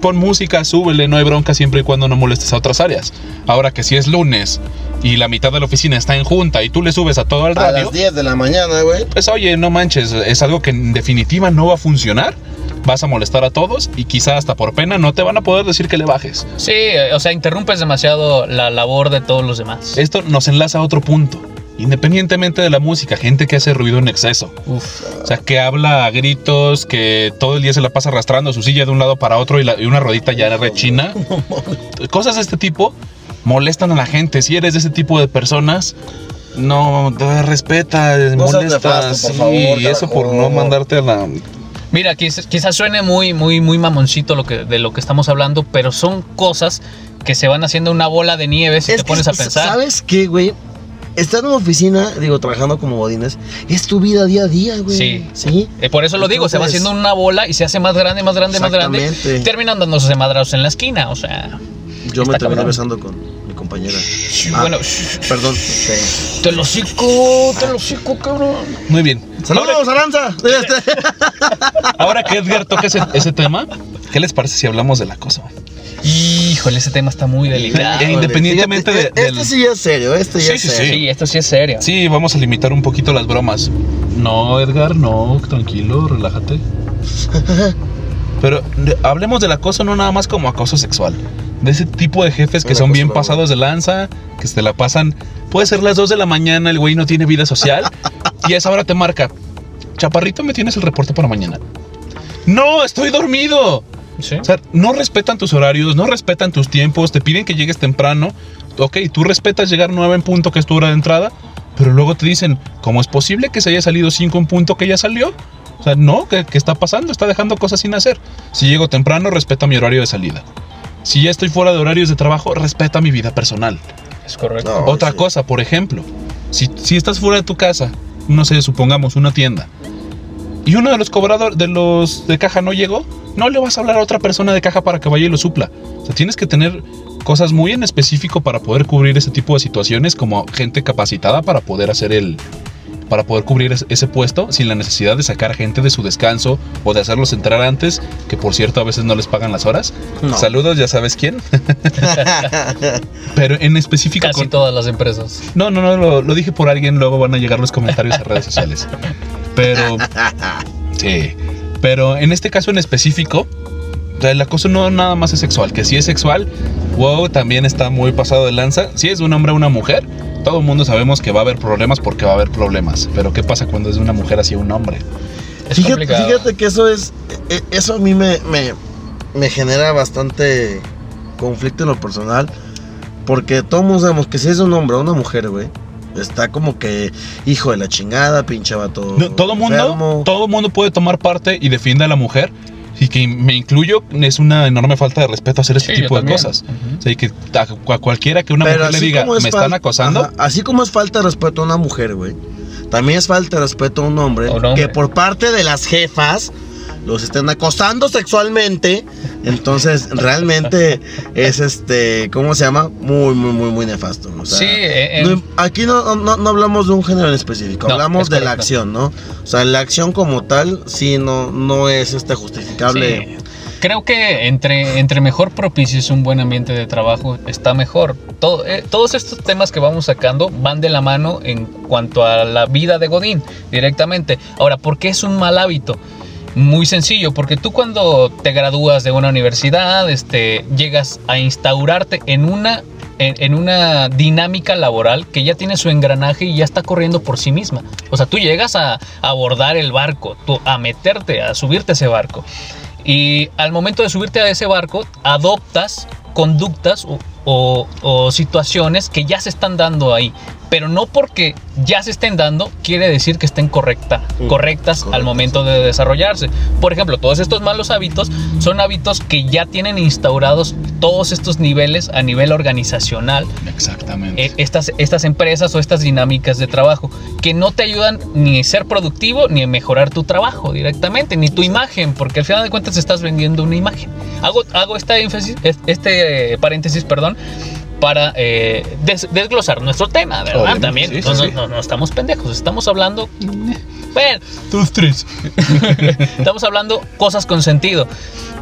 Speaker 3: pon música, súbele, no hay bronca siempre y cuando no molestes a otras áreas. Ahora que si es lunes y la mitad de la oficina está en junta y tú le subes a todo el
Speaker 4: A
Speaker 3: radio,
Speaker 4: las 10 de la mañana, güey.
Speaker 3: pues oye, no manches, es algo que en definitiva no va a funcionar. Vas a molestar a todos y quizá hasta por pena no te van a poder decir que le bajes.
Speaker 2: Sí, eh, o sea, interrumpes demasiado la labor de todos los demás.
Speaker 3: Esto nos enlaza a otro punto. Independientemente de la música, gente que hace ruido en exceso.
Speaker 2: Uf.
Speaker 3: O sea, que habla a gritos, que todo el día se la pasa arrastrando su silla de un lado para otro y, la- y una rodita ya rechina. Cosas de este tipo molestan a la gente. Si eres de ese tipo de personas, no, te respeta,
Speaker 4: No seas
Speaker 3: molestas.
Speaker 4: nefasto, por
Speaker 3: sí,
Speaker 4: favor,
Speaker 3: y eso por no
Speaker 4: carajo.
Speaker 3: mandarte a la...
Speaker 2: Mira, quizás, quizás suene muy, muy, muy mamoncito lo que, de lo que estamos hablando, pero son cosas que se van haciendo una bola de nieve si te pones a
Speaker 4: s-
Speaker 2: pensar.
Speaker 4: ¿Sabes qué, güey? Estar en una oficina, digo, trabajando como godines, es tu vida día a día, güey.
Speaker 2: Sí.
Speaker 4: Sí.
Speaker 2: Eh, por eso lo digo, se va
Speaker 4: Entonces-
Speaker 2: haciendo una bola y se hace más grande, más grande, más grande.
Speaker 4: Exactamente.
Speaker 2: Terminan dándose madrazos en la esquina, o sea.
Speaker 4: Yo
Speaker 2: Está
Speaker 4: me terminé
Speaker 2: cabrón.
Speaker 4: besando con mi compañera. Ah,
Speaker 2: bueno,
Speaker 4: Perdón. Sí.
Speaker 2: te lo cico, te lo cico, cabrón.
Speaker 3: Muy bien.
Speaker 4: Saludos, Aranza. Este-
Speaker 3: Ahora que Edgar toca ese, ese tema, ¿qué les parece si hablamos del acoso?
Speaker 2: Híjole, ese tema está muy delicado.
Speaker 3: Eh, independientemente
Speaker 4: Fíjate,
Speaker 3: de-
Speaker 4: eh, Este
Speaker 3: del-
Speaker 4: sí ya es serio, este ya
Speaker 3: Sí,
Speaker 4: es
Speaker 3: sí,
Speaker 4: serio.
Speaker 2: Sí, esto sí es serio.
Speaker 3: Sí, vamos a limitar un poquito las bromas. No, Edgar, no, tranquilo, relájate. Pero de- hablemos del acoso no nada más como acoso sexual. De ese tipo de jefes que
Speaker 4: El
Speaker 3: son
Speaker 4: acoso
Speaker 3: bien
Speaker 4: laboral.
Speaker 3: pasados de lanza, que se la pasan. Puede ser las 2 de la mañana, el güey no tiene vida social. y a esa hora te marca. Chaparrito, me tienes el reporte para mañana. No, estoy dormido.
Speaker 2: Sí.
Speaker 3: O sea, no respetan tus horarios, no respetan tus tiempos, te piden que llegues temprano. Ok, tú respetas llegar 9 en punto, que es tu hora de entrada, pero luego te dicen, ¿cómo es posible que se haya salido 5 en punto que ya salió? O sea, no, ¿qué, qué está pasando? Está dejando cosas sin hacer. Si llego temprano, respeta mi horario de salida. Si ya estoy fuera de horarios de trabajo, respeta mi vida personal.
Speaker 2: Es correcto.
Speaker 4: No,
Speaker 3: Otra
Speaker 4: Oh, sí.
Speaker 3: cosa, por ejemplo, si, si estás fuera de tu casa, no sé, supongamos una tienda, y uno de los cobradores de los de caja no llegó, no le vas a hablar a otra persona de caja para que vaya y lo supla. O sea, tienes que tener cosas muy en específico para poder cubrir ese tipo de situaciones como gente capacitada para poder hacer el para poder cubrir es- ese puesto sin la necesidad de sacar gente de su descanso o de hacerlos entrar antes, que por cierto a veces no les pagan las horas.
Speaker 4: No.
Speaker 3: Saludos, ya sabes quién. Pero en específico
Speaker 2: Casi
Speaker 3: con-
Speaker 2: todas las empresas.
Speaker 3: no, no, no, lo, lo dije por alguien, luego van a llegar los comentarios a redes sociales. Pero. Sí. Pero en este caso en específico, el acoso no nada más es sexual, que si es sexual, wow, también está muy pasado de lanza. Si es de un hombre a una mujer, todo el mundo sabemos que va a haber problemas porque va a haber problemas. Pero ¿qué pasa cuando es de una mujer hacia un hombre?
Speaker 2: Es
Speaker 4: Fíjate,
Speaker 2: complicado.
Speaker 4: fíjate que eso es. e- e- Eso a mí me, me, me genera bastante conflicto en lo personal. Porque todos mundo sabemos que si es de un hombre o una mujer, güey. Está como que hijo de la chingada, pinche vato.
Speaker 3: No, todo mundo,
Speaker 4: enfermo.
Speaker 3: todo mundo puede tomar parte y defiende a la mujer. y que me incluyo, es una enorme falta de respeto hacer ese
Speaker 2: Sí, yo
Speaker 3: tipo de
Speaker 2: también.
Speaker 3: cosas.
Speaker 2: Ujú.
Speaker 3: O sea, y que a, a cualquiera que una mujer le
Speaker 4: así
Speaker 3: diga,
Speaker 4: como
Speaker 3: me
Speaker 4: es
Speaker 3: están
Speaker 4: fal-
Speaker 3: acosando,
Speaker 4: Ajá, Así como es falta de respeto a una mujer, güey. También es falta de respeto a un hombre,
Speaker 2: A un hombre.
Speaker 4: que por parte de las jefas los estén acosando sexualmente. Entonces, realmente es este, ¿cómo se llama? Muy, muy, muy, muy nefasto. o sea,
Speaker 2: Sí, eh, eh.
Speaker 4: no im- aquí no, no- no hablamos de un género en específico,
Speaker 2: No,
Speaker 4: hablamos
Speaker 2: es
Speaker 4: de la
Speaker 2: correcto.
Speaker 4: acción, ¿no? O sea, la acción como tal, sí, no, no es este justificable.
Speaker 2: Sí. Creo que entre, entre mejor propicio es un buen ambiente de trabajo, está mejor. Todo- eh, todos estos temas que vamos sacando van de la mano en cuanto a la vida de Godín directamente. Ahora, ¿por qué es un mal hábito? Muy sencillo, porque tú cuando te gradúas de una universidad, este, llegas a instaurarte en una, en, en una dinámica laboral que ya tiene su engranaje y ya está corriendo por sí misma. O sea, tú llegas a, abordar el barco, tú, a meterte, a subirte a ese barco. Y al momento de subirte a ese barco, adoptas conductas o, o- o situaciones que ya se están dando ahí. Pero no porque ya se estén dando, quiere decir que estén correcta,
Speaker 4: Mm,
Speaker 2: correctas al
Speaker 4: correctas.
Speaker 2: momento de desarrollarse. Por ejemplo, todos estos malos hábitos son hábitos que ya tienen instaurados todos estos niveles a nivel organizacional,
Speaker 3: exactamente.
Speaker 2: eh, estas, estas empresas o estas dinámicas de trabajo que no te ayudan ni a ser productivo ni a mejorar tu trabajo directamente, ni tu imagen, porque al final de cuentas estás vendiendo una imagen. Hago, hago esta énfasis, es- este eh, paréntesis, perdón, para eh, des- desglosar nuestro tema, ¿verdad?
Speaker 3: Obviamente,
Speaker 2: También
Speaker 3: sí, sí,
Speaker 2: no, no-
Speaker 3: sí. Mm.
Speaker 2: no- no estamos pendejos, estamos hablando... Bueno,
Speaker 3: Dos, tres.
Speaker 2: Estamos hablando cosas con sentido.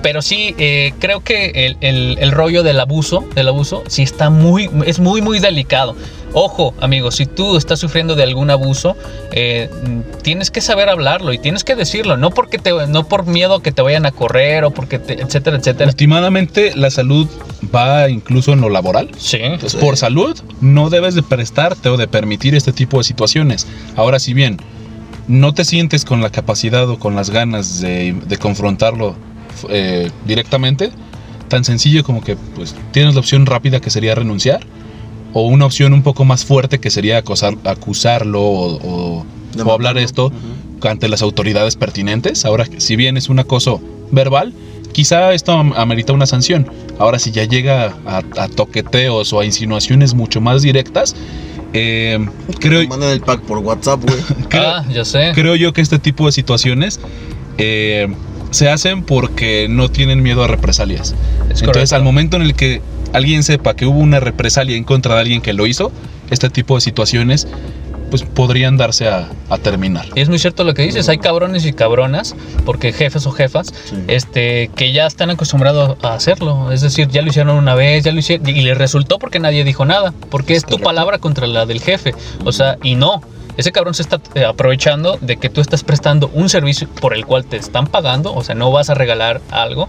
Speaker 2: Pero sí, eh, creo que el, el- el rollo del abuso, del abuso, sí está muy, es muy, muy delicado. Ojo, amigos, si tú estás sufriendo de algún abuso, eh, mm, tienes que saber hablarlo y tienes que decirlo. No porque te, no por miedo a que te vayan a correr o porque, te- etcétera, etcétera.
Speaker 3: Últimamente, la salud va incluso en lo laboral.
Speaker 2: Sí.
Speaker 3: Entonces, por salud, no debes de prestarte o de permitir este tipo de situaciones. Ahora, si bien no te sientes con la capacidad o con las ganas de, de confrontarlo eh, directamente, tan sencillo como que pues, tienes la opción rápida que sería renunciar, o una opción un poco más fuerte que sería acosar- acusarlo o- o-
Speaker 4: de
Speaker 3: o hablar
Speaker 4: matarlo.
Speaker 3: esto
Speaker 4: Ujú.
Speaker 3: ante las autoridades pertinentes. Ahora, si bien es un acoso verbal, quizá esto am- amerita una sanción. Ahora, si ya llega a, a toqueteos o a insinuaciones mucho más directas, eh,
Speaker 4: Te
Speaker 3: creo,
Speaker 4: mandan el pack por WhatsApp, güey.
Speaker 3: creo,
Speaker 2: Ah, yo sé.
Speaker 3: creo yo que este tipo de situaciones eh, se hacen porque no tienen miedo a represalias.
Speaker 2: Es
Speaker 3: Entonces,
Speaker 2: correcto.
Speaker 3: al momento en el que alguien sepa que hubo una represalia en contra de alguien que lo hizo, este tipo de situaciones pues podrían darse a- a terminar.
Speaker 2: Y es muy cierto lo que dices, hay cabrones y cabronas, porque jefes o jefas,
Speaker 4: Sí.
Speaker 2: este, que ya están acostumbrados a hacerlo. Es decir, ya lo hicieron una vez, ya lo hicieron, y les resultó porque nadie dijo nada, porque es, tu
Speaker 4: correcto.
Speaker 2: palabra contra la del jefe. O sea, y no, ese cabrón se está eh, aprovechando de que tú estás prestando un servicio por el cual te están pagando, o sea, no vas a regalar algo,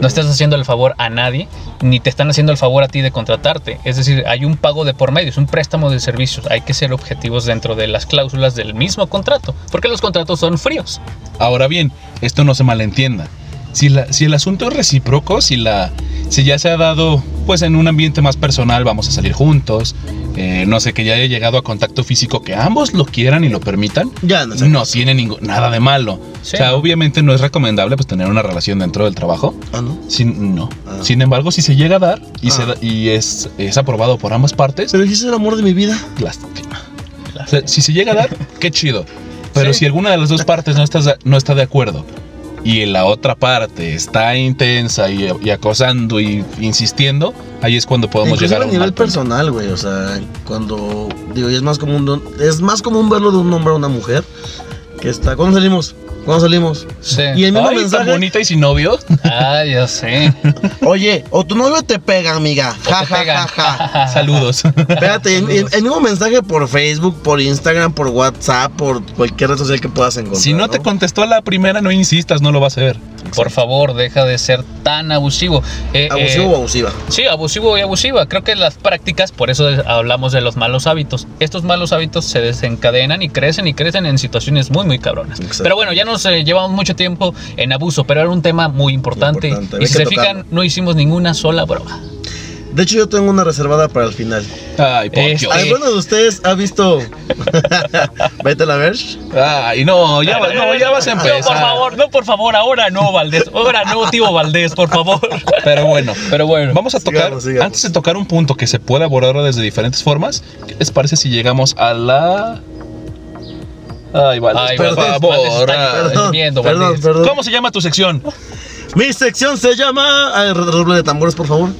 Speaker 2: no estás haciendo el favor a nadie, ni te están haciendo el favor a ti de contratarte. Es decir, hay un pago de por medio, es un préstamo de servicios. Hay que ser objetivos dentro de las cláusulas del mismo contrato, porque los contratos son fríos.
Speaker 3: Ahora bien, esto no se malentienda. Si, la- si el asunto es recíproco, si, la, si ya se ha dado pues en un ambiente más personal, vamos a salir juntos, eh, no sé, que ya haya llegado a contacto físico, que ambos lo quieran y lo permitan,
Speaker 4: Ya, no sé.
Speaker 3: no tiene ningún- nada de malo.
Speaker 2: Sí.
Speaker 3: O sea, obviamente no es recomendable pues tener una relación dentro del trabajo.
Speaker 4: Ah, ¿no?
Speaker 3: Sin, no.
Speaker 4: Ah.
Speaker 3: Sin embargo, si se llega a dar y, se
Speaker 4: Ah.
Speaker 3: da- y es, es aprobado por ambas partes,
Speaker 4: Pero dijiste el amor de mi vida.
Speaker 3: lástima. O sea, si se llega a dar, qué chido. Pero
Speaker 2: Sí.
Speaker 3: si alguna de las dos partes no, estás, no está de acuerdo y la otra parte está intensa y, y acosando y insistiendo, ahí es cuando podemos
Speaker 4: Inclusive
Speaker 3: llegar a
Speaker 4: a
Speaker 3: un
Speaker 4: nivel
Speaker 3: mal punto.
Speaker 4: personal, güey. O sea, cuando. Digo, y es más común. de un- Es más común verlo de un hombre a una mujer. Que está. ¿Cuándo salimos? ¿Cuándo salimos?
Speaker 2: Sí.
Speaker 4: Y el mismo
Speaker 3: Ay, tan
Speaker 4: mensaje.
Speaker 3: bonita y sin novio.
Speaker 2: Ah, ya sé.
Speaker 4: Oye, o tu novio te pega, amiga.
Speaker 2: O
Speaker 4: Ja,
Speaker 2: te
Speaker 4: ja, ja,
Speaker 2: pegan.
Speaker 4: ja.
Speaker 3: Saludos.
Speaker 4: Espérate, el, el- el mismo mensaje por Facebook, por Instagram, por WhatsApp, por cualquier red social que puedas encontrar.
Speaker 3: si no te contestó a la primera, no insistas, no lo vas a ver.
Speaker 2: Por favor, deja de ser tan abusivo. Eh,
Speaker 4: Abusivo
Speaker 2: eh,
Speaker 4: o abusiva.
Speaker 2: Sí, abusivo y abusiva. Creo que las prácticas, por eso de- hablamos de los malos hábitos. Estos malos hábitos se desencadenan y crecen y crecen en situaciones muy, muy cabronas.
Speaker 4: Exacto.
Speaker 2: Pero bueno, ya nos eh, llevamos mucho tiempo en abuso, pero era un tema muy importante.
Speaker 4: Importante,
Speaker 2: Y
Speaker 4: había
Speaker 2: si se
Speaker 4: que tocarlo.
Speaker 2: fijan, no hicimos ninguna sola broma.
Speaker 4: De hecho, yo tengo una reservada para el final.
Speaker 3: Ay, por
Speaker 2: Es-
Speaker 3: Dios.
Speaker 2: Ay,
Speaker 4: ¿Alguno de ustedes ha visto Vete a ver?
Speaker 3: Ay, no, ya, va- no, ya vas a empezar.
Speaker 2: No, por favor, no, por favor, ahora no, Valdés. Ahora no, tío Valdés, por favor.
Speaker 3: Pero bueno,
Speaker 2: Pero bueno,
Speaker 3: vamos a tocar,
Speaker 4: Sigamos, sigamos.
Speaker 3: antes de tocar un punto que se puede abordar desde diferentes formas, ¿qué les parece si llegamos a la... Ay, vale,
Speaker 2: Ay,
Speaker 3: por
Speaker 2: Valdés,
Speaker 3: favor.
Speaker 2: Valdés está-
Speaker 3: ay.
Speaker 4: Perdón,
Speaker 2: viendo,
Speaker 4: perdón,
Speaker 2: Valdés.
Speaker 4: perdón.
Speaker 3: ¿Cómo se llama tu sección?
Speaker 4: Mi sección se llama. Ay, re- redoble de tambores, por favor.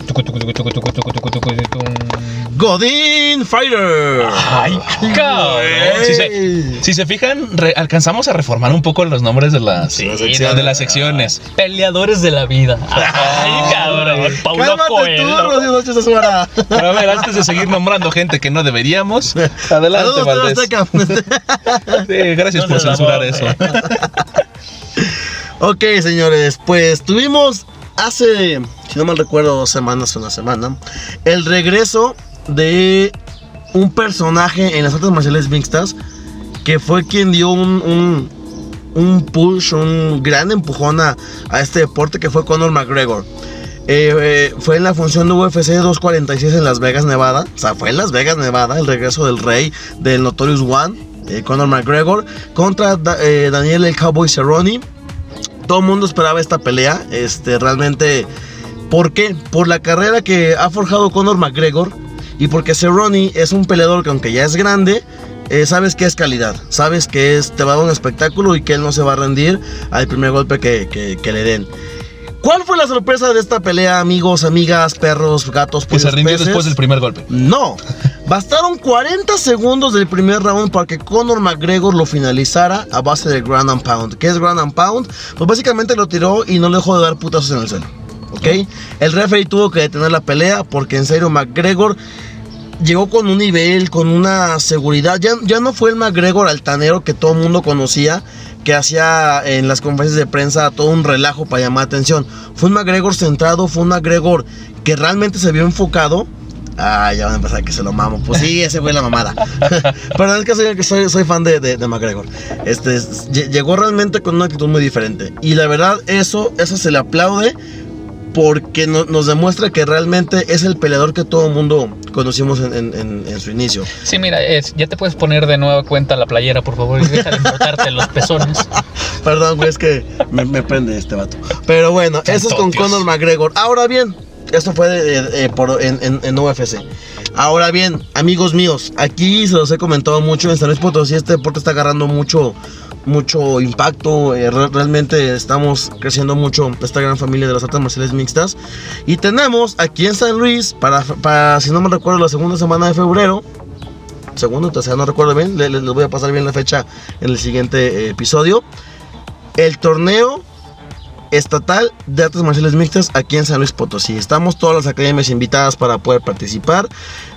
Speaker 4: Godin Fighter.
Speaker 2: Ah,
Speaker 3: Ay,
Speaker 2: cabrón.
Speaker 3: Si se, si se fijan, re- alcanzamos a reformar un poco los nombres de las,
Speaker 4: Sí,
Speaker 3: de las secciones.
Speaker 2: Peleadores de la vida. Ay, cabrón. Paulo
Speaker 4: Cálmate tú,
Speaker 2: Coelho.
Speaker 4: Rocío Sánchez Azuara.
Speaker 3: Pero a ver, antes de seguir nombrando gente que no deberíamos, adelante,
Speaker 4: Saludos, Teo
Speaker 3: Valdés.
Speaker 4: Azteca.
Speaker 3: Sí, gracias
Speaker 2: No
Speaker 3: por
Speaker 2: se la
Speaker 3: censurar
Speaker 2: borre.
Speaker 3: eso.
Speaker 4: Ok, señores, pues tuvimos hace, si no mal recuerdo, dos semanas o una semana, el regreso de un personaje en las artes marciales mixtas que fue quien dio un, un, un push, un gran empujón a, a este deporte que fue Conor McGregor. Eh, eh, fue en la función de UFC 246 en Las Vegas, Nevada. O sea, fue en Las Vegas, Nevada, el regreso del rey del Notorious One, eh, Conor McGregor, contra Da- eh, Daniel el Cowboy Cerrone. Todo el mundo esperaba esta pelea. Este, realmente, ¿por qué? Por la carrera que ha forjado Conor McGregor y porque Cerrone es un peleador que aunque ya es grande, eh, sabes que es calidad, sabes que es, te va a dar un espectáculo y que él no se va a rendir al primer golpe que, que- que le den. ¿Cuál fue la sorpresa de esta pelea, amigos, amigas, perros, gatos,
Speaker 3: Que Pues se
Speaker 4: pollos,
Speaker 3: rindió
Speaker 4: peces?
Speaker 3: después del primer golpe.
Speaker 4: No. Bastaron 40 segundos del primer round para que Conor McGregor lo finalizara a base de ground and pound. ¿Qué es ground and pound? Pues básicamente lo tiró y no le dejó de dar putazos en el suelo. ¿Ok? El referee tuvo que detener la pelea porque en serio McGregor llegó con un nivel, con una seguridad. Ya, ya no fue el McGregor altanero que todo el mundo conocía, que hacía en las conferencias de prensa todo un relajo para llamar atención. Fue un McGregor centrado, fue un McGregor que realmente se vio enfocado. Ah, ya van a empezar que se lo mamo. Pues sí, ese fue la mamada. Pero es que soy, soy- soy fan de, de- de McGregor. Este, es- lle- llegó realmente con una actitud muy diferente. Y la verdad, eso, eso se le aplaude porque no- nos demuestra que realmente es el peleador que todo el mundo conocimos en, en- en- en su inicio.
Speaker 2: Sí, mira, es, ya te puedes poner de nueva cuenta la playera, por favor, y deja de frotarte los pezones.
Speaker 4: Perdón, güey, es que me, me prende este vato. Pero bueno, eso es con
Speaker 3: Dios.
Speaker 4: Conor McGregor. Ahora bien, esto fue de- de- eh, por- en, en- en UFC. Ahora bien, amigos míos, aquí se los he comentado mucho en San Luis Potosí. Este deporte está agarrando mucho, mucho impacto. eh, re- realmente estamos creciendo mucho esta gran familia de las artes marciales mixtas. Y tenemos aquí en San Luis, para, para si no me recuerdo, la segunda semana de febrero. Segundo, tercera, no recuerdo bien. le- le- Les, voy a pasar bien la fecha en el siguiente eh, episodio. El torneo estatal de artes marciales mixtas aquí en San Luis Potosí. Estamos todas las academias invitadas para poder participar.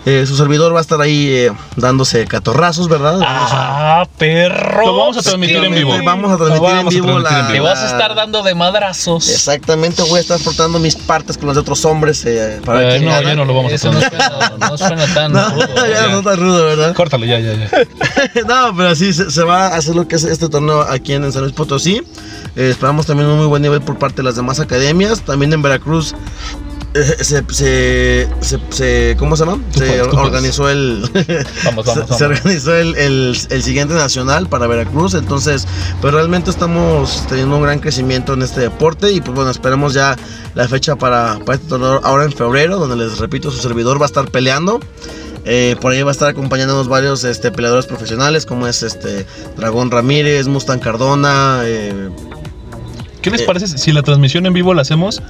Speaker 4: Eh, su servidor va a estar ahí eh, dándose catorrazos, ¿verdad? Vamos a-
Speaker 2: Ah, perro.
Speaker 3: Lo vamos a transmitir en vivo.
Speaker 4: Vamos a transmitir
Speaker 3: Lo vamos
Speaker 4: en
Speaker 3: a
Speaker 4: vivo
Speaker 3: transmitir
Speaker 4: la-
Speaker 3: en
Speaker 2: Te
Speaker 3: vivo.
Speaker 2: vas a estar dando de madrazos.
Speaker 4: Exactamente, voy a estar portando mis partes con los de otros hombres eh, para ver
Speaker 3: Eh,
Speaker 4: quién
Speaker 3: no,
Speaker 4: gana.
Speaker 3: ya no lo vamos a
Speaker 2: Eso no
Speaker 3: transmitir.
Speaker 2: suena, no suena tan
Speaker 4: No,
Speaker 2: rudo.
Speaker 4: ya no está rudo, ¿verdad?
Speaker 3: Córtalo, ya, ya, ya.
Speaker 4: no, pero sí, se, se va a hacer lo que es este torneo aquí en San Luis Potosí. Eh, esperamos también un muy buen nivel por parte de las demás academias. También en Veracruz eh, se, se, se- se- ¿Cómo se llama?
Speaker 3: Tú
Speaker 4: se
Speaker 3: puedes, tú puedes.
Speaker 4: organizó el...
Speaker 2: Vamos,
Speaker 4: se,
Speaker 2: vamos,
Speaker 4: se
Speaker 2: vamos.
Speaker 4: organizó el, el- el siguiente nacional para Veracruz. Entonces, pues realmente estamos teniendo un gran crecimiento en este deporte. Y pues bueno, esperemos ya la fecha para, para este torneo ahora en febrero, donde les repito, su servidor va a estar peleando. Eh, por ahí va a estar acompañándonos varios este, peleadores profesionales, como es este Dragón Ramírez, Mustang Cardona. eh,
Speaker 3: ¿Qué les
Speaker 4: Eh.
Speaker 3: parece si la transmisión en vivo la hacemos?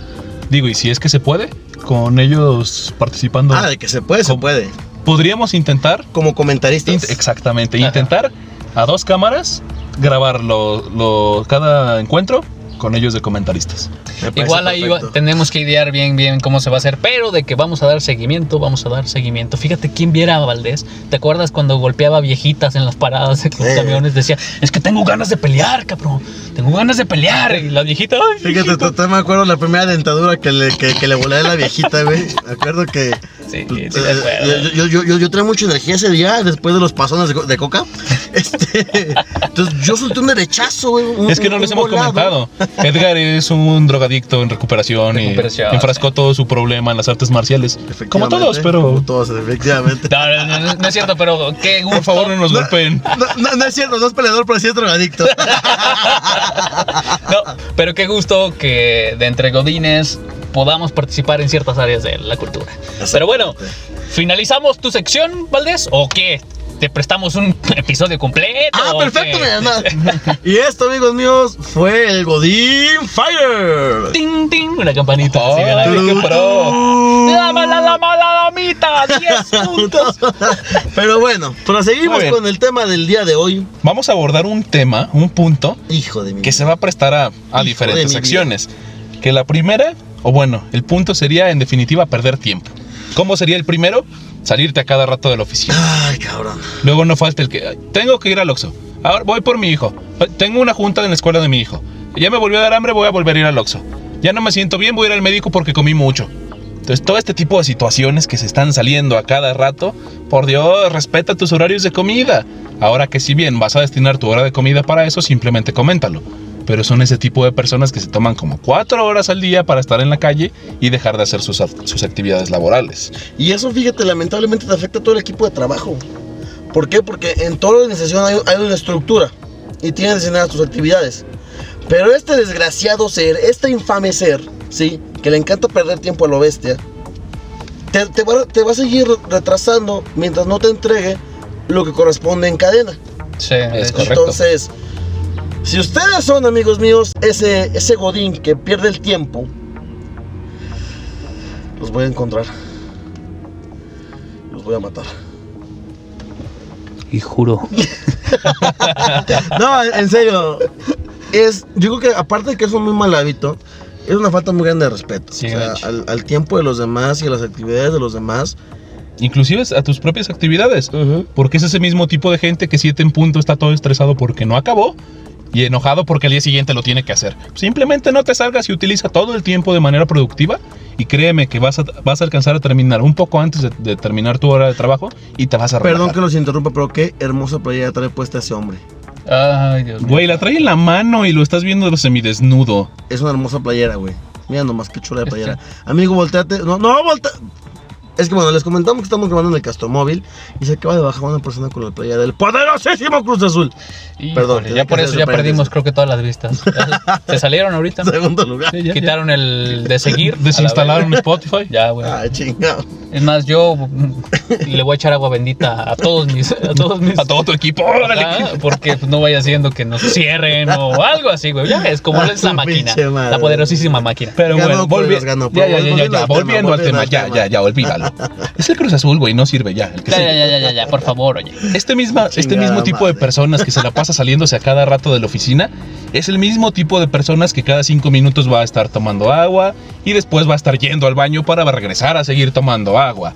Speaker 3: Digo, y si es que se puede, con ellos participando.
Speaker 4: Ah, de que se puede, se
Speaker 3: ¿Cómo?
Speaker 4: puede.
Speaker 3: Podríamos intentar,
Speaker 4: Como comentaristas.
Speaker 3: int- exactamente,
Speaker 2: Ajá.
Speaker 3: intentar a dos cámaras grabar lo- lo- cada encuentro con ellos de comentaristas.
Speaker 4: Me parece
Speaker 2: Igual ahí va-
Speaker 4: perfecto.
Speaker 2: tenemos que idear bien, bien cómo se va a hacer, pero de que vamos a dar seguimiento, vamos a dar seguimiento. Fíjate quién viera a Valdés. ¿Te acuerdas cuando golpeaba viejitas en las paradas de los
Speaker 4: Eh.
Speaker 2: camiones? Decía, es que tengo ganas de pelear, cabrón. Tengo ganas de pelear. Y la viejita, ay,
Speaker 4: Fíjate,
Speaker 2: viejito.
Speaker 4: total, me acuerdo la primera dentadura que le, que, que le volé a la viejita, güey. Me acuerdo que
Speaker 2: Sí, sí, sí, de acuerdo.
Speaker 4: Eh, Yo, yo, yo, yo traía mucha energía ese día después de los pasones de, co- de coca. Este, entonces yo solté un derechazo, güey. un-
Speaker 3: Es que no
Speaker 4: un-
Speaker 3: les
Speaker 4: un
Speaker 3: hemos
Speaker 4: volado.
Speaker 3: comentado. Edgar es un drogadicto en recuperación,
Speaker 2: Recuperación,
Speaker 3: y enfrascó todo su problema en las artes marciales.
Speaker 4: Efectivamente,
Speaker 3: Como todos,
Speaker 4: Como
Speaker 3: pero
Speaker 4: todos, efectivamente.
Speaker 2: No, no, no, no, no es cierto, pero qué gusto.
Speaker 3: por favor no nos golpeen.
Speaker 4: No, no, no es cierto, no es peleador, pero sí es drogadicto.
Speaker 2: No, pero qué gusto que de entre godines podamos participar en ciertas áreas de la cultura. Pero bueno, ¿finalizamos tu sección, Valdés? ¿O qué? ¿Te prestamos un episodio completo?
Speaker 4: Ah,
Speaker 2: o
Speaker 4: perfecto,
Speaker 2: qué?
Speaker 4: mira, nada. Y esto, amigos míos, fue el Godín Fire.
Speaker 2: Ting, ting, una campanita. así,
Speaker 3: Ay,
Speaker 2: ¿verdad?
Speaker 3: qué
Speaker 4: Oh.
Speaker 3: pro.
Speaker 2: ¡La mala, la mala damita! ¡10 puntos!
Speaker 4: Pero bueno,
Speaker 3: Muy
Speaker 4: proseguimos
Speaker 3: bien.
Speaker 4: con el tema del día de hoy.
Speaker 3: Vamos a abordar un tema, un punto,
Speaker 4: Hijo de mi.
Speaker 3: que se va a prestar a, a
Speaker 4: de mi
Speaker 3: diferentes
Speaker 4: vida.
Speaker 3: acciones. Que la primera, o bueno, el punto sería en definitiva perder tiempo. ¿Cómo sería el primero? Salirte a cada rato de la oficina.
Speaker 4: Ay, cabrón.
Speaker 3: Luego no falta el que "Ay, tengo que ir al Oxxo. Ahora voy por mi hijo. Ay, Tengo una junta en la escuela de mi hijo. Ya me volvió a dar hambre, voy a volver a ir al Oxxo. Ya no me siento bien, voy a ir al médico porque comí mucho. Entonces, todo este tipo de situaciones que se están saliendo a cada rato, por Dios, respeta tus horarios de comida. Ahora que si bien vas a destinar tu hora de comida para eso, simplemente coméntalo. Pero son ese tipo de personas que se toman como cuatro horas al día para estar en la calle y dejar de hacer sus, act- sus actividades laborales.
Speaker 4: Y eso, fíjate, lamentablemente te afecta a todo el equipo de trabajo. ¿Por qué? Porque en toda organización hay, hay una estructura y tienes designadas tus actividades. Pero este desgraciado ser, este infame ser, ¿sí? Que le encanta perder tiempo a lo bestia, te, te va, te va a seguir retrasando mientras no te entregue lo que corresponde en cadena.
Speaker 2: Sí,
Speaker 3: Es correcto.
Speaker 4: Entonces, si ustedes son, amigos míos, ese, ese godín que pierde el tiempo, los voy a encontrar. Los voy a matar.
Speaker 2: Y juro.
Speaker 4: No, en serio. Es, yo creo que aparte de que es un muy mal hábito, es una falta muy grande de respeto.
Speaker 2: Sí,
Speaker 4: o sea,
Speaker 2: de hecho.
Speaker 4: al, al tiempo de los demás y a las actividades de los demás.
Speaker 3: inclusive a tus propias actividades. Porque es ese mismo tipo de gente que siete en punto está todo estresado porque no acabó y enojado porque al día siguiente lo tiene que hacer. Simplemente no te salgas y utiliza todo el tiempo de manera productiva y créeme que vas a, vas a alcanzar a terminar un poco antes de, de terminar tu hora de trabajo y te vas a
Speaker 4: Perdón
Speaker 3: relajar.
Speaker 4: que los interrumpa, pero qué hermosa playera trae puesta ese hombre.
Speaker 2: Ay, Dios mío.
Speaker 3: Güey, la trae en la mano y lo estás viendo semidesnudo.
Speaker 4: Es una hermosa playera, güey. Mira nomás, qué chula de playera. Amigo, volteate. No, no, voltea. Es que bueno, les comentamos que estamos grabando en el Castromóvil y se acaba de bajar una persona con la playera del poderosísimo Cruz Azul.
Speaker 2: Híjole,
Speaker 4: Perdón, tenía
Speaker 2: ya
Speaker 4: que
Speaker 2: por
Speaker 4: hacer
Speaker 2: eso
Speaker 4: ese
Speaker 2: ya perdimos
Speaker 4: paréntesis.
Speaker 2: creo que todas las vistas. Ya Se salieron ahorita.
Speaker 4: Segundo lugar.
Speaker 3: Sí, ya, ya.
Speaker 2: Quitaron el de seguir.
Speaker 3: Desinstalaron Spotify.
Speaker 2: Ya, güey.
Speaker 4: Ah, chingado.
Speaker 2: Es más, yo mm, le voy a echar agua bendita a todos mis. A todos mis.
Speaker 3: A todo tu equipo. órale.
Speaker 2: Ajá, porque pues, no vaya siendo que nos cierren o algo así, güey. Ya es como
Speaker 4: A
Speaker 2: es la
Speaker 4: su
Speaker 2: máquina.
Speaker 4: pinche madre.
Speaker 2: La poderosísima máquina.
Speaker 3: Pero bueno,
Speaker 4: Ganó Puebla,
Speaker 3: volvi-
Speaker 4: ganó
Speaker 3: ya,
Speaker 4: Puebla.
Speaker 3: ya, ya, ya,
Speaker 4: Volviendo
Speaker 3: ya,
Speaker 4: al
Speaker 3: volviendo
Speaker 4: tema,
Speaker 3: al tema,
Speaker 4: volviendo
Speaker 3: ya, ya,
Speaker 4: al
Speaker 3: ya, olvídalo. Es el Cruz Azul, güey, no sirve ya. el que
Speaker 2: Ya,
Speaker 3: sigue.
Speaker 2: ya, ya, ya, ya, ya, por favor, oye.
Speaker 3: Este, misma, este
Speaker 4: Chingada
Speaker 3: mismo tipo de
Speaker 4: madre.
Speaker 3: personas que se la pasa saliéndose a cada rato de la oficina es el mismo tipo de personas que cada cinco minutos va a estar tomando agua y después va a estar yendo al baño para regresar a seguir tomando agua.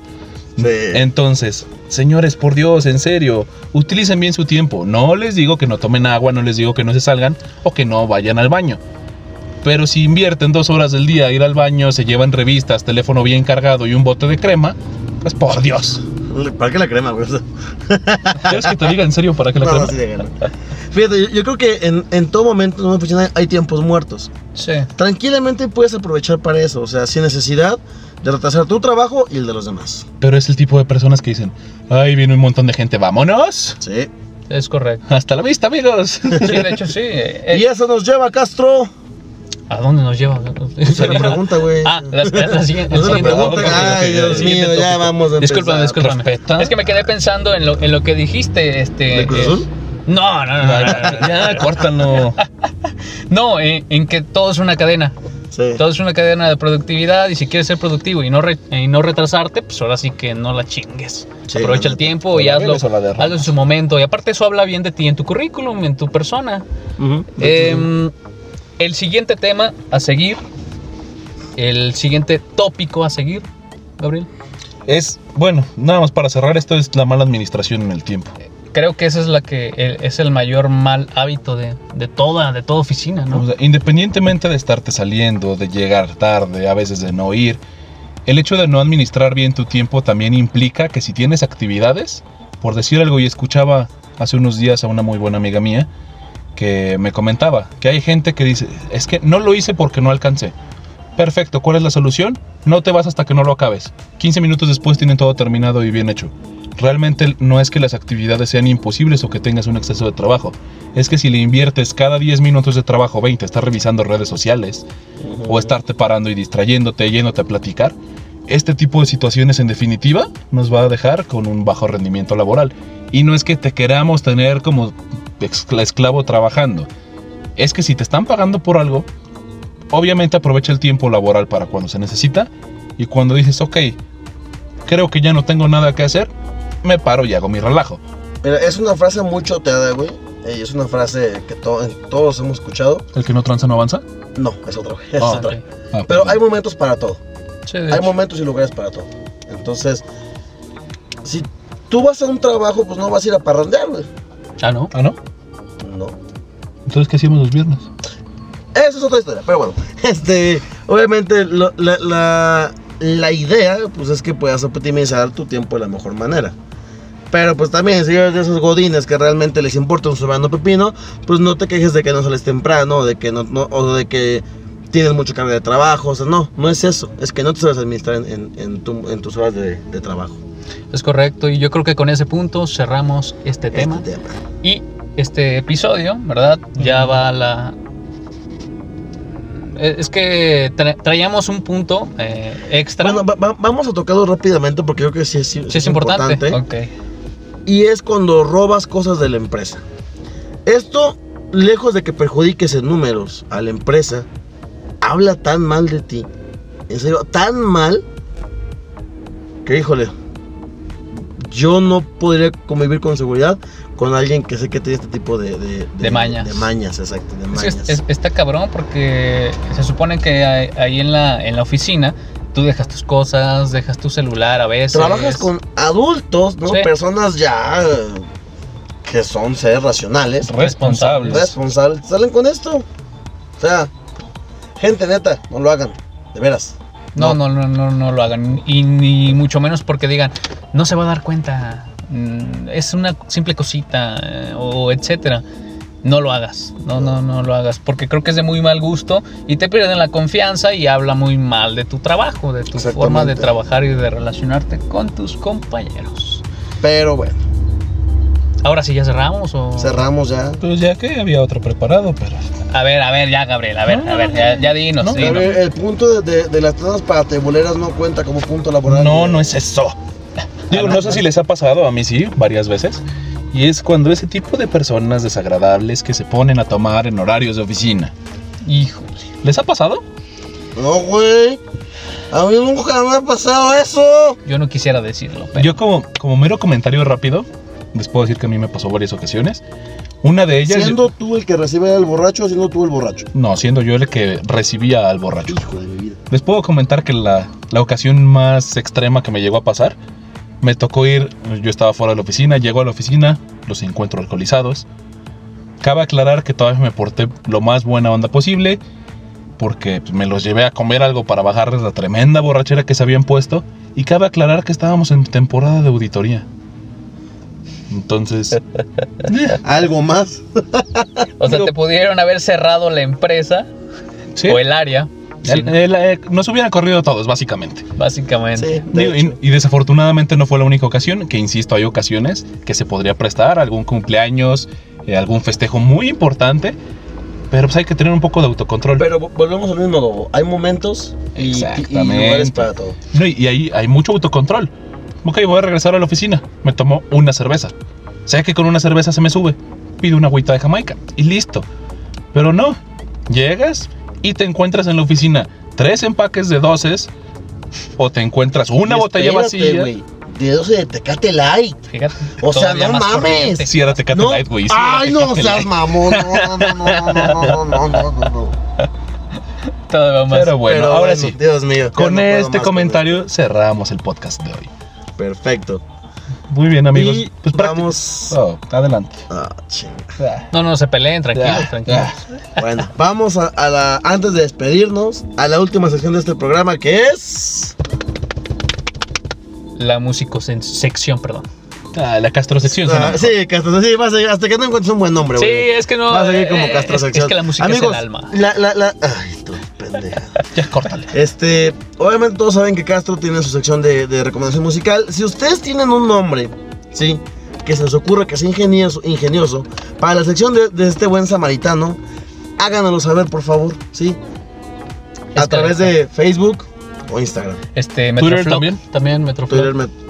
Speaker 4: Sí.
Speaker 3: Entonces, señores, por Dios, en serio, utilicen bien su tiempo. No les digo que no tomen agua, no les digo que no se salgan o que no vayan al baño. Pero si invierten dos horas del día a ir al baño, se llevan revistas, teléfono bien cargado y un bote de crema, pues por Dios.
Speaker 4: ¿Para qué la crema, güey?
Speaker 3: ¿Quieres que te diga en serio para qué la
Speaker 4: No,
Speaker 3: crema?
Speaker 4: no, sí, déjalo. Fíjate, yo, yo creo que en, en todo momento en una oficina hay tiempos muertos.
Speaker 2: Sí.
Speaker 4: Tranquilamente puedes aprovechar para eso, o sea, sin necesidad de retrasar tu trabajo y el de los demás.
Speaker 3: Pero es el tipo de personas que dicen, ay, viene un montón de gente, vámonos.
Speaker 4: Sí.
Speaker 2: Es correcto.
Speaker 3: Hasta la vista, amigos.
Speaker 2: Sí, de hecho, sí. eh,
Speaker 4: Y eso nos lleva, Castro.
Speaker 2: ¿A dónde nos lleva?
Speaker 4: Esa es la pregunta, güey.
Speaker 2: Pues Ah, la, la- la siguiente.
Speaker 4: Esa es
Speaker 2: el
Speaker 4: la
Speaker 2: siguiente
Speaker 4: pregunta.
Speaker 2: tópico,
Speaker 4: Ay,
Speaker 2: ok,
Speaker 4: Dios
Speaker 2: el siguiente
Speaker 4: mío, ya
Speaker 2: tópico.
Speaker 4: vamos a
Speaker 2: Discúlpame,
Speaker 4: empezar.
Speaker 2: discúlpame.
Speaker 3: Respeta.
Speaker 2: Es que me quedé pensando en lo, en lo que dijiste. Este,
Speaker 4: ¿De Cruz
Speaker 2: eh,
Speaker 4: Azul?
Speaker 2: No, no, no, no. no, no, no.
Speaker 3: ya, córtalo.
Speaker 2: No, en, en que todo es una cadena.
Speaker 4: Sí.
Speaker 2: Todo es una cadena de productividad y si quieres ser productivo y no, re- y no retrasarte, pues ahora sí que no la chingues.
Speaker 4: Sí,
Speaker 2: Aprovecha
Speaker 4: la
Speaker 2: el tiempo
Speaker 3: ¿O
Speaker 2: y
Speaker 3: la
Speaker 2: hazlo,
Speaker 3: bebes o la derramas?
Speaker 2: hazlo en su momento. Y aparte eso habla bien de ti en tu currículum, en tu persona.
Speaker 4: Ujú.
Speaker 2: Em, el siguiente tema a seguir, el siguiente tópico a seguir, Gabriel.
Speaker 3: Es, bueno, nada más para cerrar, esto es la mala administración en el tiempo.
Speaker 2: Creo que esa es la que el- es el mayor mal hábito de, de toda, de toda oficina,
Speaker 3: O
Speaker 2: ¿no?
Speaker 3: sea, independientemente de estarte saliendo, de llegar tarde, a veces de no ir, El hecho de no administrar bien tu tiempo también implica que si tienes actividades, por decir algo, y escuchaba hace unos días a una muy buena amiga mía que me comentaba que hay gente que dice, es que no lo hice porque no alcancé. Perfecto, ¿cuál es la solución? No te vas hasta que no lo acabes. 15 minutos después tienen todo terminado y bien hecho. Realmente no es que las actividades sean imposibles o que tengas un exceso de trabajo. Es que si le inviertes cada 10 minutos de trabajo, 20, estar revisando redes sociales o estarte parando y distrayéndote, yéndote a platicar, este tipo de situaciones en definitiva nos va a dejar con un bajo rendimiento laboral. Y no es que te queramos tener como escla- esclavo trabajando. Es que si te están pagando por algo, obviamente aprovecha el tiempo laboral para cuando se necesita. Y cuando dices, ok, creo que ya no tengo nada que hacer, me paro y hago mi relajo.
Speaker 4: Mira, es una frase muy choteada, güey. Eh, es una frase que to- eh, todos hemos escuchado.
Speaker 3: El que no tranza no avanza.
Speaker 4: No, es otra, güey. Es
Speaker 3: Ah,
Speaker 4: otra.
Speaker 2: ok.
Speaker 3: Ah,
Speaker 4: Pero
Speaker 3: perdón.
Speaker 4: hay momentos para todo.
Speaker 2: Sí, de
Speaker 4: Hay
Speaker 2: hecho.
Speaker 4: momentos y lugares para todo. Entonces, si tú vas a un trabajo, pues no vas a ir a parrandear, güey.
Speaker 2: Ah, no.
Speaker 3: Ah, ¿no?
Speaker 4: No.
Speaker 3: Entonces, ¿qué hacíamos los viernes?
Speaker 4: Esa es otra historia, pero bueno. Este, obviamente, lo- la, la- la idea, pues es que puedas optimizar tu tiempo de la mejor manera. Pero pues también, si eres de esos godines que realmente les importa un soberano pepino, pues no te quejes de que no sales temprano, o de que no, no- o de que tienes mucha carga de trabajo, o sea, no, no es eso, es que no te sabes administrar en, en- en tu- en tus horas de, de trabajo.
Speaker 2: Es correcto. Y yo creo que con ese punto cerramos este tema.
Speaker 4: Este tema.
Speaker 2: Y este episodio, ¿verdad? Ya va la... Eh, Es que tra- traíamos un punto eh, extra.
Speaker 4: Bueno, va- va- vamos a tocarlo rápidamente porque yo creo que sí es, sí
Speaker 2: sí, es importante.
Speaker 4: y es cuando robas cosas de la empresa. Esto, lejos de que perjudiques en números a la empresa, habla tan mal de ti. En serio, tan mal que, híjole, yo no podría convivir con seguridad con alguien que sé que tiene este tipo de, de,
Speaker 2: De mañas.
Speaker 4: De mañas, exacto, de
Speaker 2: Ok.
Speaker 4: mañas.
Speaker 2: Es que es- es- está cabrón porque se supone que ahí- ahí en la, en la oficina tú dejas tus cosas, dejas tu celular a veces.
Speaker 4: Trabajas con adultos, ¿no?
Speaker 2: Sí.
Speaker 4: Personas ya eh, que son seres racionales.
Speaker 3: Responsables.
Speaker 2: Responsables.
Speaker 4: responsables salen con esto. O sea, gente neta, no lo hagan. De veras.
Speaker 2: No, no, no, no, no lo hagan. Y ni mucho menos porque digan, no se va a dar cuenta. mm, Es una simple cosita eh, o etcétera. No lo hagas. No, no, no lo hagas. Porque creo que es de muy mal gusto y te pierden la confianza y habla muy mal de tu trabajo, de tu forma de
Speaker 4: Exactamente.
Speaker 2: trabajar y de relacionarte con tus compañeros.
Speaker 4: Pero bueno,
Speaker 2: Ahora sí, ya cerramos o...
Speaker 4: cerramos ya.
Speaker 3: Pues ya que había otro preparado, pero.
Speaker 2: A ver, a ver, ya, Gabriel, a ver,
Speaker 3: No,
Speaker 2: a
Speaker 3: no,
Speaker 2: ver,
Speaker 3: no,
Speaker 2: ya,
Speaker 3: no.
Speaker 2: ya dinos.
Speaker 3: No,
Speaker 2: sí,
Speaker 4: A
Speaker 2: no.
Speaker 4: ver, el punto de, de- de las tramas para teboleras no cuenta como punto laboral.
Speaker 3: No, no es eso. Digo, Ah, no sé si les ha pasado, a mí sí, varias veces. Y es cuando ese tipo de personas desagradables que se ponen a tomar en horarios de oficina.
Speaker 2: Hijo.
Speaker 3: ¿Les ha pasado?
Speaker 4: No, güey. A mí nunca me ha pasado eso.
Speaker 2: Yo no quisiera decirlo, pero...
Speaker 3: Yo como, como mero comentario rápido, les puedo decir que a mí me pasó varias ocasiones. Una de ellas...
Speaker 4: Siendo tú el que recibe al borracho, siendo tú el borracho.
Speaker 3: No, siendo yo el que recibía al borracho.
Speaker 4: Hijo de mi vida.
Speaker 3: Les puedo comentar que la, la ocasión más extrema que me llegó a pasar, me tocó ir, yo estaba fuera de la oficina, llego a la oficina, los encuentro alcoholizados. Cabe aclarar que todavía me porté lo más buena onda posible, porque pues, me los llevé a comer algo para bajarles la tremenda borrachera que se habían puesto. Y cabe aclarar que estábamos en temporada de auditoría. Entonces,
Speaker 4: Algo más.
Speaker 2: O sea,
Speaker 3: Digo-
Speaker 2: te pudieron haber cerrado la empresa
Speaker 3: sí,
Speaker 2: o el área,
Speaker 3: el- el- eh, nos hubieran corrido todos, básicamente.
Speaker 2: básicamente.
Speaker 4: Sí, de
Speaker 3: Digo,
Speaker 4: hecho.
Speaker 3: y, y desafortunadamente no fue la única ocasión, que insisto, hay ocasiones que se podría prestar, algún cumpleaños, eh, algún festejo muy importante, pero pues hay que tener un poco de autocontrol.
Speaker 4: Pero vo- volvemos al mismo. Bobo. Hay momentos y, y- y
Speaker 3: Exactamente.
Speaker 4: lugares para todo.
Speaker 3: No, y, y ahí hay mucho autocontrol. Ok, voy a regresar a la oficina, me tomo una cerveza. Sé que con una cerveza se me sube, pido una agüita de Jamaica y listo. Pero no, llegas y te encuentras en la oficina tres empaques de doces o te encuentras una
Speaker 4: Y
Speaker 3: botella
Speaker 4: espérate,
Speaker 3: vacía.
Speaker 4: güey, De 12 de Tecate Light.
Speaker 2: Fíjate.
Speaker 4: O sea,
Speaker 2: todavía
Speaker 4: no
Speaker 2: más
Speaker 4: mames.
Speaker 2: corriente.
Speaker 3: Sí, era Tecate
Speaker 4: No.
Speaker 3: Light, güey, sí, era
Speaker 4: Ay, no
Speaker 3: Tecate Light.
Speaker 4: seas mamón. No, no, no, no, no, no, no, no, no, no.
Speaker 2: Todavía más.
Speaker 3: Pero bueno,
Speaker 4: Pero
Speaker 3: ahora
Speaker 4: bueno,
Speaker 3: sí.
Speaker 4: Dios mío. ya
Speaker 3: Con
Speaker 4: no puedo más
Speaker 3: este comentario cerramos el podcast de hoy.
Speaker 4: esto. Perfecto.
Speaker 3: Muy bien, amigos.
Speaker 4: Y
Speaker 3: pues prácti-
Speaker 4: vamos.
Speaker 3: Oh, adelante.
Speaker 4: Ah, chinga.
Speaker 3: Ah,
Speaker 2: No, no, se peleen, tranquilos,
Speaker 3: ah,
Speaker 2: tranquilos.
Speaker 4: Bueno, vamos a, a la. Antes de despedirnos, a la última sección de este programa que es.
Speaker 2: la musicosección, perdón.
Speaker 3: Ah, la castrosección. suena
Speaker 4: Ah,
Speaker 3: mejor.
Speaker 4: sí, Castro, sí, vas a- hasta que no encuentres un buen nombre,
Speaker 2: sí,
Speaker 4: güey.
Speaker 2: es que no.
Speaker 4: Vas a ir como
Speaker 2: eh,
Speaker 4: castrosección.
Speaker 2: Es que la música
Speaker 4: Amigos,
Speaker 2: es el alma.
Speaker 4: La, la, la. Ay, tú, pendeja.
Speaker 3: Ya córtale.
Speaker 4: Este, obviamente todos saben que Castro tiene su sección de, de recomendación musical. Si ustedes tienen un nombre, ¿sí? Que se les ocurra que sea ingenioso, ingenioso para la sección de, de este buen samaritano, háganoslo saber, por favor, ¿sí? A
Speaker 2: Está
Speaker 4: través
Speaker 2: bien.
Speaker 4: de Facebook o Instagram.
Speaker 2: Este,
Speaker 3: Twitter
Speaker 2: Metroflop,
Speaker 3: también.
Speaker 2: También
Speaker 4: Twitter,
Speaker 2: Metroflop.
Speaker 4: me-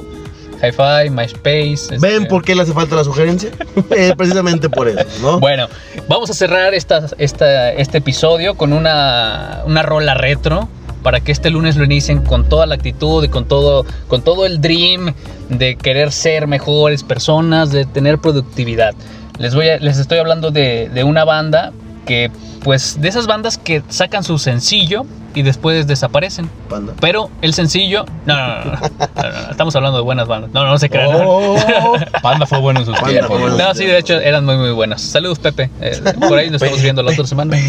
Speaker 2: Hi-Fi, MySpace. este-
Speaker 4: ¿Ven por qué le hace falta la sugerencia? Eh, precisamente por eso, ¿no?
Speaker 2: Bueno, vamos a cerrar esta, esta- este episodio con una, una rola retro para que este lunes lo inicien con toda la actitud y con todo, con todo el dream de querer ser mejores personas, de tener productividad. Les, voy a- les estoy hablando de, de una banda que, pues, de esas bandas que sacan su sencillo y después desaparecen.
Speaker 4: Panda.
Speaker 2: Pero el sencillo... No, no, no, no, no, no, no, estamos hablando de buenas bandas. No, no, no se crean. no, no.
Speaker 3: Oh, Panda fue bueno en sus
Speaker 4: Panda
Speaker 3: tiempos.
Speaker 4: fue bueno.
Speaker 2: No, sí, de hecho eran muy, muy buenas. Saludos, Pepe. Eh, por ahí nos estamos viendo la otra semana.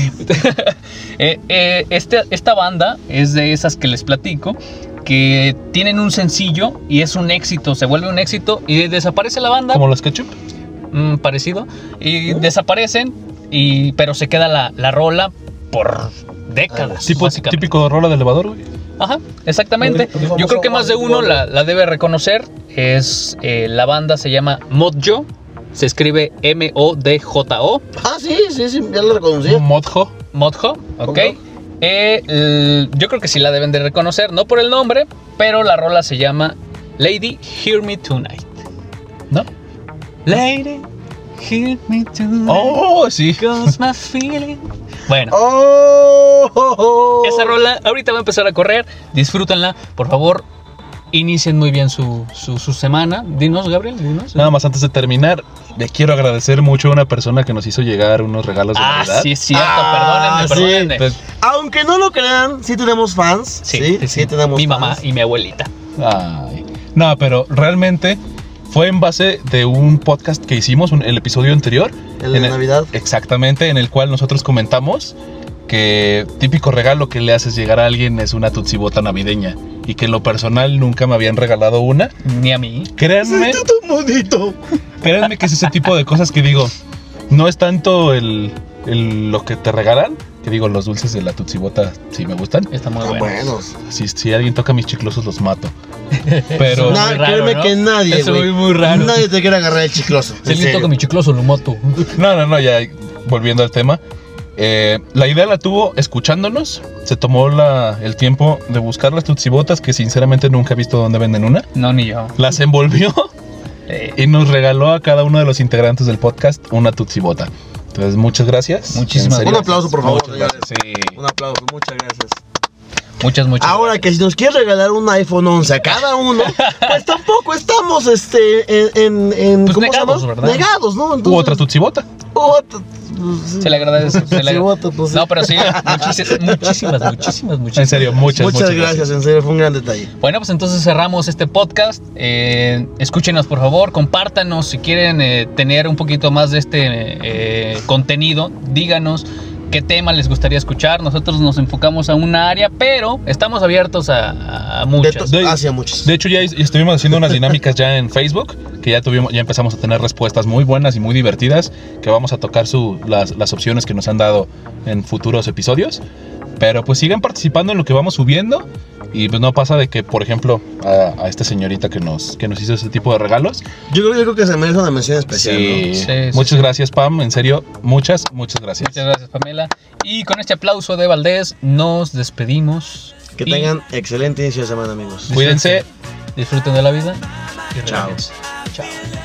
Speaker 2: Eh, eh, este- esta banda es de esas que les platico, que tienen un sencillo y es un éxito, se vuelve un éxito y desaparece la banda,
Speaker 3: Como los ketchup.
Speaker 2: mm, parecido, y desaparecen, y, pero se queda la, la rola por décadas.
Speaker 3: Tipo,
Speaker 2: básicamente.
Speaker 3: típico rola de elevador, güey.
Speaker 2: Ajá, exactamente.
Speaker 4: El famoso
Speaker 2: Yo creo que más de uno
Speaker 4: Juan
Speaker 2: la, la debe reconocer. Es eh, la banda se llama Modjo. Se escribe M-O-D-J-O.
Speaker 4: Ah, sí, sí, sí, ya lo reconocí.
Speaker 2: Mm.
Speaker 3: Un modjo.
Speaker 2: Modjo, ¿ok?
Speaker 4: Modjo.
Speaker 2: Eh, l- yo creo que sí la deben de reconocer, no por el nombre, pero la rola se llama Lady Hear Me Tonight. ¿No? Lady Hear Me Tonight.
Speaker 3: Oh, sí.
Speaker 2: goes my feeling. Bueno.
Speaker 4: ¡Oh! oh, oh.
Speaker 2: Esa rola ahorita va a empezar a correr. Disfrútenla, por favor. Inicien muy bien su, su, su semana. Dinos, Gabriel, dinos.
Speaker 4: Ah,
Speaker 3: Nada más antes de terminar, le quiero agradecer mucho a una persona que nos hizo llegar unos regalos de
Speaker 2: Ah,
Speaker 3: Navidad. Pues,
Speaker 2: sí, es cierto.
Speaker 4: Ah,
Speaker 2: perdónenme,
Speaker 4: sí.
Speaker 2: perdónenme.
Speaker 3: Entonces,
Speaker 4: Aunque no lo crean, sí tenemos fans. Sí, sí, tenemos
Speaker 2: Mi mamá
Speaker 4: fans.
Speaker 2: y mi abuelita.
Speaker 3: ay. No, pero realmente fue en base de un podcast que hicimos, un- el episodio anterior.
Speaker 4: El de
Speaker 3: en
Speaker 4: Navidad.
Speaker 3: Exactamente, en el cual nosotros comentamos que típico regalo que le haces llegar a alguien es una tutsibota navideña. Y que en lo personal nunca me habían regalado una.
Speaker 2: Ni a mí.
Speaker 3: Créanme.
Speaker 4: Está tan bonito.
Speaker 3: Créanme que es ese tipo de cosas que digo. No es tanto el, el- lo que te regalan, que digo, los dulces de la Tutsibota sí me gustan.
Speaker 2: Está muy
Speaker 4: Están
Speaker 2: Ah, bueno.
Speaker 4: buenos.
Speaker 3: Si, si alguien toca mis chiclosos, los mato. Pero.
Speaker 2: muy
Speaker 4: Nada,
Speaker 2: raro,
Speaker 4: créeme
Speaker 2: ¿no?
Speaker 4: que nadie,
Speaker 2: Eso
Speaker 4: güey.
Speaker 2: es muy raro.
Speaker 4: Nadie te quiere agarrar el chicloso.
Speaker 2: Si
Speaker 4: en
Speaker 2: alguien toca
Speaker 4: serio.
Speaker 2: mi chicloso, lo mato.
Speaker 3: No, no, no, ya volviendo al tema. eh, la idea la tuvo escuchándonos. Se tomó la- el tiempo de buscar las Tutsibotas, que sinceramente nunca he visto dónde venden una.
Speaker 2: No, ni yo.
Speaker 3: Las envolvió
Speaker 2: Eh,
Speaker 3: y nos regaló a cada uno de los integrantes del podcast una Tutsibota. Entonces, muchas gracias.
Speaker 2: Muchísimas
Speaker 3: En serio,
Speaker 4: Un aplauso, por favor,
Speaker 3: muchas gracias.
Speaker 4: señores.
Speaker 3: Sí.
Speaker 4: Un aplauso, muchas gracias.
Speaker 2: muchas, muchas.
Speaker 4: Ahora que si nos quiere regalar un iPhone 11 a cada uno, pues tampoco estamos este, en, en, en-
Speaker 2: Pues negados, ¿verdad?
Speaker 4: Negados, ¿no?
Speaker 3: U
Speaker 4: Entonces,
Speaker 3: otra Tutsibota.
Speaker 4: otra-
Speaker 2: se le agradece. se le-
Speaker 4: Sí, voto, pues, sí.
Speaker 2: no, pero sí, muchis- muchísimas, muchísimas, muchísimas.
Speaker 3: En serio, muchas,
Speaker 4: Muchas, gracias, en serio, fue un gran detalle.
Speaker 2: Bueno, pues entonces cerramos este podcast. Eh, escúchenos por favor, compártanos si quieren eh, tener un poquito más de este eh, contenido. Díganos qué tema les gustaría escuchar. Nosotros nos enfocamos a una área, pero estamos abiertos a, a
Speaker 4: De
Speaker 2: muchas.
Speaker 4: to-
Speaker 3: De-
Speaker 4: hacia muchos.
Speaker 3: De hecho, ya es- estuvimos haciendo unas dinámicas ya en Facebook, que ya tuvimos, ya empezamos a tener respuestas muy buenas y muy divertidas, que vamos a tocar su- las, las opciones que nos han dado en futuros episodios. Pero pues sigan participando en lo que vamos subiendo y pues no pasa de que, por ejemplo, a, a esta señorita que nos, que nos hizo ese tipo de regalos.
Speaker 4: Yo creo, yo creo que se merece una mención especial.
Speaker 3: Sí,
Speaker 2: Sí, sí,
Speaker 3: muchas
Speaker 2: sí.
Speaker 3: gracias, Pam. En serio, muchas, muchas gracias.
Speaker 2: Muchas gracias, Pamela. Y con este aplauso de Valdés nos despedimos.
Speaker 4: ¿no? Que
Speaker 2: Y
Speaker 4: tengan excelente inicio de semana, amigos.
Speaker 3: Cuídense.
Speaker 2: Disfruten de la vida. Y
Speaker 4: Chao.
Speaker 2: relájense. Chao.